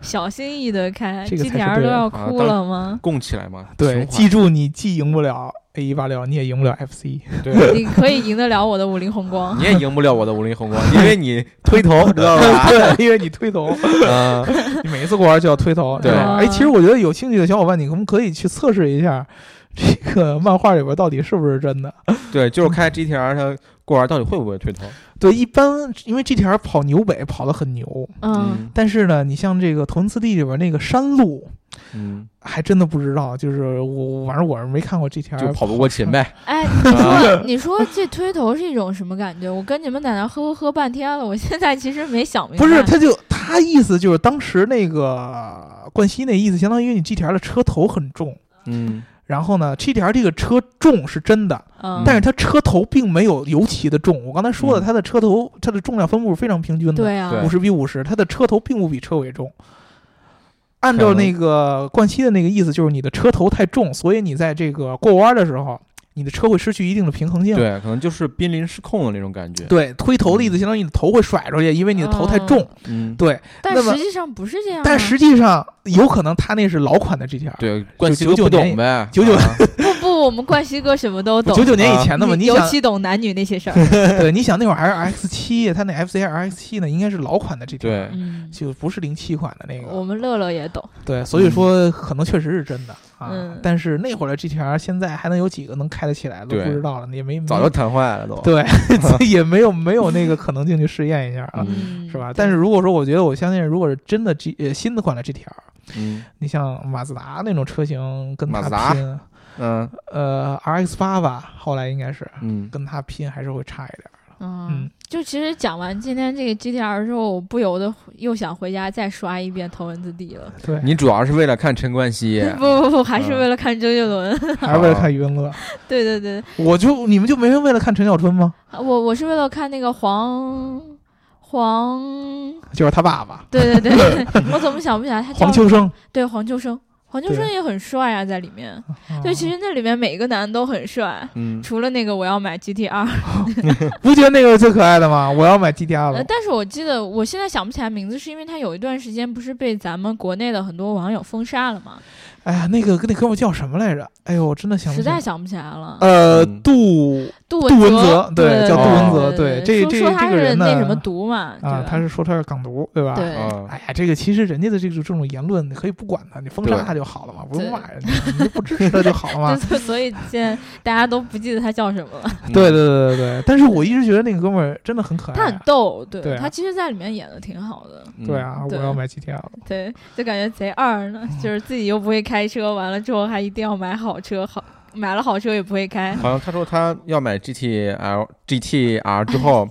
Speaker 1: 小心翼翼的开
Speaker 2: 这个才是对的
Speaker 1: ，GTR 都要
Speaker 3: 啊
Speaker 1: 哭
Speaker 3: 当
Speaker 1: 了吗？
Speaker 3: [laughs]
Speaker 1: [laughs]
Speaker 3: 供起来嘛。
Speaker 2: 对，
Speaker 3: 情
Speaker 2: 记住你既赢不了 A 一八六，你也赢不了 FC。 [laughs]
Speaker 3: 怀对，
Speaker 1: 你可以赢得了我的五菱宏光。
Speaker 3: [laughs] 你也赢不了我的五菱宏光，因为 [laughs] 你推
Speaker 2: [laughs]
Speaker 3: 头，知道吧？
Speaker 2: 对，因为你推头，
Speaker 3: 嗯，
Speaker 2: [laughs] 你每一次过弯就要推头。
Speaker 3: 对
Speaker 2: 是
Speaker 1: 哦
Speaker 2: 吧哎，其实我觉得有兴趣的小伙伴，你我们可以去测试一下这个漫画里边到底是不是真的。
Speaker 3: 对，就是开 GTR 它过弯到底会不会推头？
Speaker 2: 对，一般因为 GTR 跑纽北跑得很牛，
Speaker 1: 嗯，
Speaker 2: 但是呢，你像这个《头文字 D》里边那个山路，
Speaker 3: 嗯，
Speaker 2: 还真的不知道。就是我，反正我是没看过 GTR，
Speaker 3: 就跑不过秦呗。
Speaker 2: [laughs]
Speaker 1: 哎，你
Speaker 2: 啊
Speaker 1: 说你说这推头是一种什么感觉？我跟你们在那呵呵呵半天了，我现在其实没想明白。
Speaker 2: 不是，他就他意思就是当时那个冠希那意思，相当于你 GTR 的车头很重，
Speaker 3: [laughs] 嗯，
Speaker 2: 然后呢，GTR 这个车重是真的，
Speaker 1: 嗯，
Speaker 2: 但是它车头并没有尤其的重。我刚才说的，
Speaker 3: 嗯
Speaker 2: 它的车头它的重量分布是非常平均的，
Speaker 1: 对啊，
Speaker 3: 对
Speaker 2: 五十比五十，它的车头并不比车尾重。按照那个冠希的那个意思，就是你的车头太重，所以你在这个过弯的时候，你的车会失去一定的平衡性。
Speaker 3: 对，可能就是濒临失控的那种感觉。
Speaker 2: 对推头的意思，相当于你的头会甩出去，因为你的头太重。
Speaker 1: 嗯
Speaker 3: 嗯，
Speaker 2: 对，
Speaker 1: 但
Speaker 2: 那么
Speaker 1: 实际上不是这样、啊。
Speaker 2: 但实际上有可能他那是老款的 GTR，
Speaker 3: 对，冠希
Speaker 2: 就
Speaker 3: 哥不
Speaker 2: 99年
Speaker 3: 懂呗， [laughs]
Speaker 2: 99
Speaker 3: 啊
Speaker 1: 不不，我们冠希哥什么都懂，
Speaker 2: 九九年以前的嘛。你
Speaker 1: 啊尤
Speaker 2: 想，
Speaker 1: 其懂男女那些事儿。
Speaker 2: [laughs] 对，你想那会儿还是 X 七，它那 F C R X 七呢，应该是老款的 GTR，
Speaker 3: 对，
Speaker 1: 嗯，
Speaker 2: 就不是零七款的那个。
Speaker 1: 我们乐乐也懂。
Speaker 2: 对，所以说可能确实是真的啊。
Speaker 1: 嗯
Speaker 2: 但是那会儿的 GTR 现在还能有几个能开得起来的，都
Speaker 3: 对
Speaker 2: 不知道了，也没
Speaker 3: 早就弹坏了都。
Speaker 2: 对，所以也没有没有那个可能性去试验一下啊，
Speaker 1: 嗯，
Speaker 2: 是吧？但是如果说我觉得我相信，如果是真的 G 呃新的款的 GTR，
Speaker 3: 嗯
Speaker 2: 你像马自达那种车型跟
Speaker 3: 马
Speaker 2: 它
Speaker 3: 自达
Speaker 2: 拼，
Speaker 3: 嗯
Speaker 2: 呃 RX 八吧，后来应该是
Speaker 3: 嗯，
Speaker 2: 跟它拼还是会差一点儿。
Speaker 1: 嗯
Speaker 2: 嗯，
Speaker 1: 就其实讲完今天这个 GTR 之后，我不由得又想回家再刷一遍《头文字 D》了。
Speaker 2: 对，
Speaker 3: 你主要是为了看陈冠希，
Speaker 1: [laughs] 不不不，还
Speaker 2: 嗯
Speaker 1: 是为了看周杰伦。 [laughs]
Speaker 2: 还是为了看余文乐，
Speaker 1: 对对对，
Speaker 2: 我就你们就没人为了看陈小春吗？
Speaker 1: 我我是为了看那个黄黄，
Speaker 2: 就是他爸爸
Speaker 1: [laughs] 对对
Speaker 2: [laughs]
Speaker 1: 对，我怎么想不起来他叫
Speaker 2: 黄秋生，
Speaker 1: 对黄秋生，黄秋生
Speaker 2: 对
Speaker 1: 也很帅啊，在里面。对，其
Speaker 2: 实
Speaker 1: 实那里面每一个男的都很帅。
Speaker 3: 嗯，
Speaker 1: 除了那个我要买 GTR，、
Speaker 2: 不觉得那个是最可爱的吗？我要买
Speaker 1: 呃
Speaker 2: GTR 了，
Speaker 1: 但是我记得我现在想不起来名字，是因为他有一段时间不是被咱们国内的很多网友封杀了嘛，
Speaker 2: 哎呀，那个那哥们儿叫什么来着？哎呦，我真的想不
Speaker 1: 实
Speaker 2: 起来
Speaker 1: 在。想不起来了。
Speaker 2: 呃，
Speaker 3: 嗯
Speaker 2: 杜
Speaker 1: 杜
Speaker 2: 杜文
Speaker 1: 泽
Speaker 2: 泽，
Speaker 1: 对，
Speaker 2: 叫杜
Speaker 1: 对对
Speaker 2: 文泽，
Speaker 1: 对，
Speaker 2: 这
Speaker 1: 说
Speaker 2: 这
Speaker 1: 说他
Speaker 2: 这个
Speaker 1: 是
Speaker 2: 人呢
Speaker 1: 那什么毒嘛，对
Speaker 2: [laughs] 啊
Speaker 1: 吧，
Speaker 2: 他是说他是港独，对吧？
Speaker 1: 对 [laughs]
Speaker 3: 啊
Speaker 2: 哎呀，这个其实人家的这种这种言论，你可以不管他，你封
Speaker 3: 对
Speaker 2: 杀他就好了嘛，不
Speaker 1: 对
Speaker 2: 用骂人家，你就不支持他就好了嘛。
Speaker 1: [laughs] 就所以现在大家都不记得他叫什么
Speaker 2: [laughs]
Speaker 1: 了。
Speaker 3: 嗯
Speaker 2: 对对对对对，但是我一直觉得那个哥们儿真的很可
Speaker 1: 他
Speaker 2: 爱
Speaker 1: 很
Speaker 2: 啊。
Speaker 1: 逗，对
Speaker 2: 对啊
Speaker 1: 他其实在里面演的挺好的，
Speaker 3: 嗯
Speaker 2: 对，啊，我
Speaker 1: 对
Speaker 2: 要买 GTR 了。
Speaker 1: 对，就感觉贼二呢，就是自己又不会开车，完了之后还一定要买好车，好买了好车也不会开，
Speaker 2: 嗯
Speaker 3: 好像他说他要买 GTL GTR 之
Speaker 1: [laughs]
Speaker 3: 后，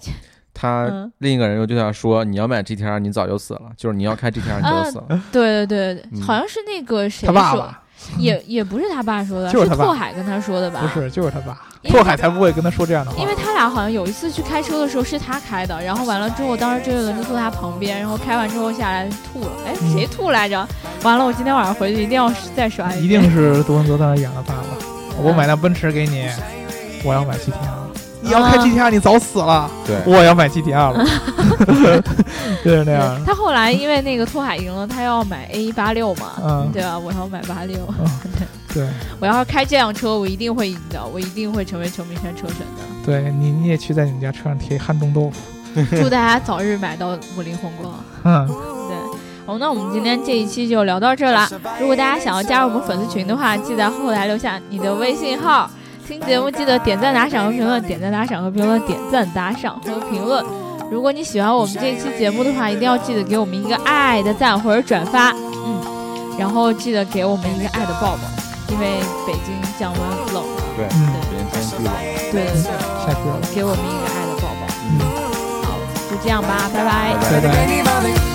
Speaker 3: 他
Speaker 1: 嗯，
Speaker 3: 另一个人又对他说：“你要
Speaker 1: 嗯
Speaker 3: 买 GTR，你早就死了，就是你要开 GTR 你就死了。
Speaker 1: 对对对，
Speaker 3: 嗯
Speaker 1: 好像是那个谁
Speaker 2: 他爸
Speaker 1: 说
Speaker 2: 爸
Speaker 1: 也也不是他爸说的，
Speaker 2: 就是他爸
Speaker 1: 拓海跟他说的吧？
Speaker 2: 不，是，就是他爸，
Speaker 1: 因为
Speaker 2: 拓海才不会跟他说这样的话
Speaker 1: 因。为他俩好像有一次去开车的时候是他开的，然后完了之后，当时周杰伦就坐他旁边，然后开完之后下来吐了，哎，
Speaker 2: 嗯
Speaker 1: 谁吐来着？完了，我今天晚上回去一定要再刷
Speaker 2: 一
Speaker 1: 遍
Speaker 2: 定是杜文泽当时演了爸爸。我买辆奔驰给你，我要买 GTR。你要开
Speaker 1: 啊
Speaker 2: GTR，你早死了。
Speaker 3: 对
Speaker 2: [laughs] 我要买 GTR 了， [laughs] 就是那样。
Speaker 1: 他后来因为那个拓海赢了，他要买 A 八六嘛，
Speaker 2: 嗯，
Speaker 1: 对吧？啊我要买八六，
Speaker 2: 对
Speaker 1: 我要是开这辆车，我一定会赢的，我一定会成为球迷圈车神
Speaker 2: [laughs]
Speaker 1: 的。
Speaker 2: 对，你你也去在你们家车上贴汉冻豆腐。
Speaker 1: 祝大家早日买到五菱宏光。啊
Speaker 2: 嗯，
Speaker 1: 对，好，那我们今天这一期就聊到这儿啦。如果大家想要加入我们粉丝群的话，记得后台留下你的微信号。听节目记得点赞、打赏和评论，点赞、打赏和评论，点赞、打赏和评论。如果你喜欢我们这一期节目的话，一定要记得给我们一个爱的赞或者转发，嗯，然后记得给我们一个爱的抱抱，因为北京降温冷了，
Speaker 3: 对，
Speaker 2: 嗯
Speaker 1: 对
Speaker 3: 人天地冷，
Speaker 1: 对对对，
Speaker 2: 下去了。
Speaker 1: 给我们一个爱的抱抱。
Speaker 2: 嗯
Speaker 1: 好，就这样吧，拜拜
Speaker 3: 拜。拜
Speaker 2: 拜拜。
Speaker 4: anybody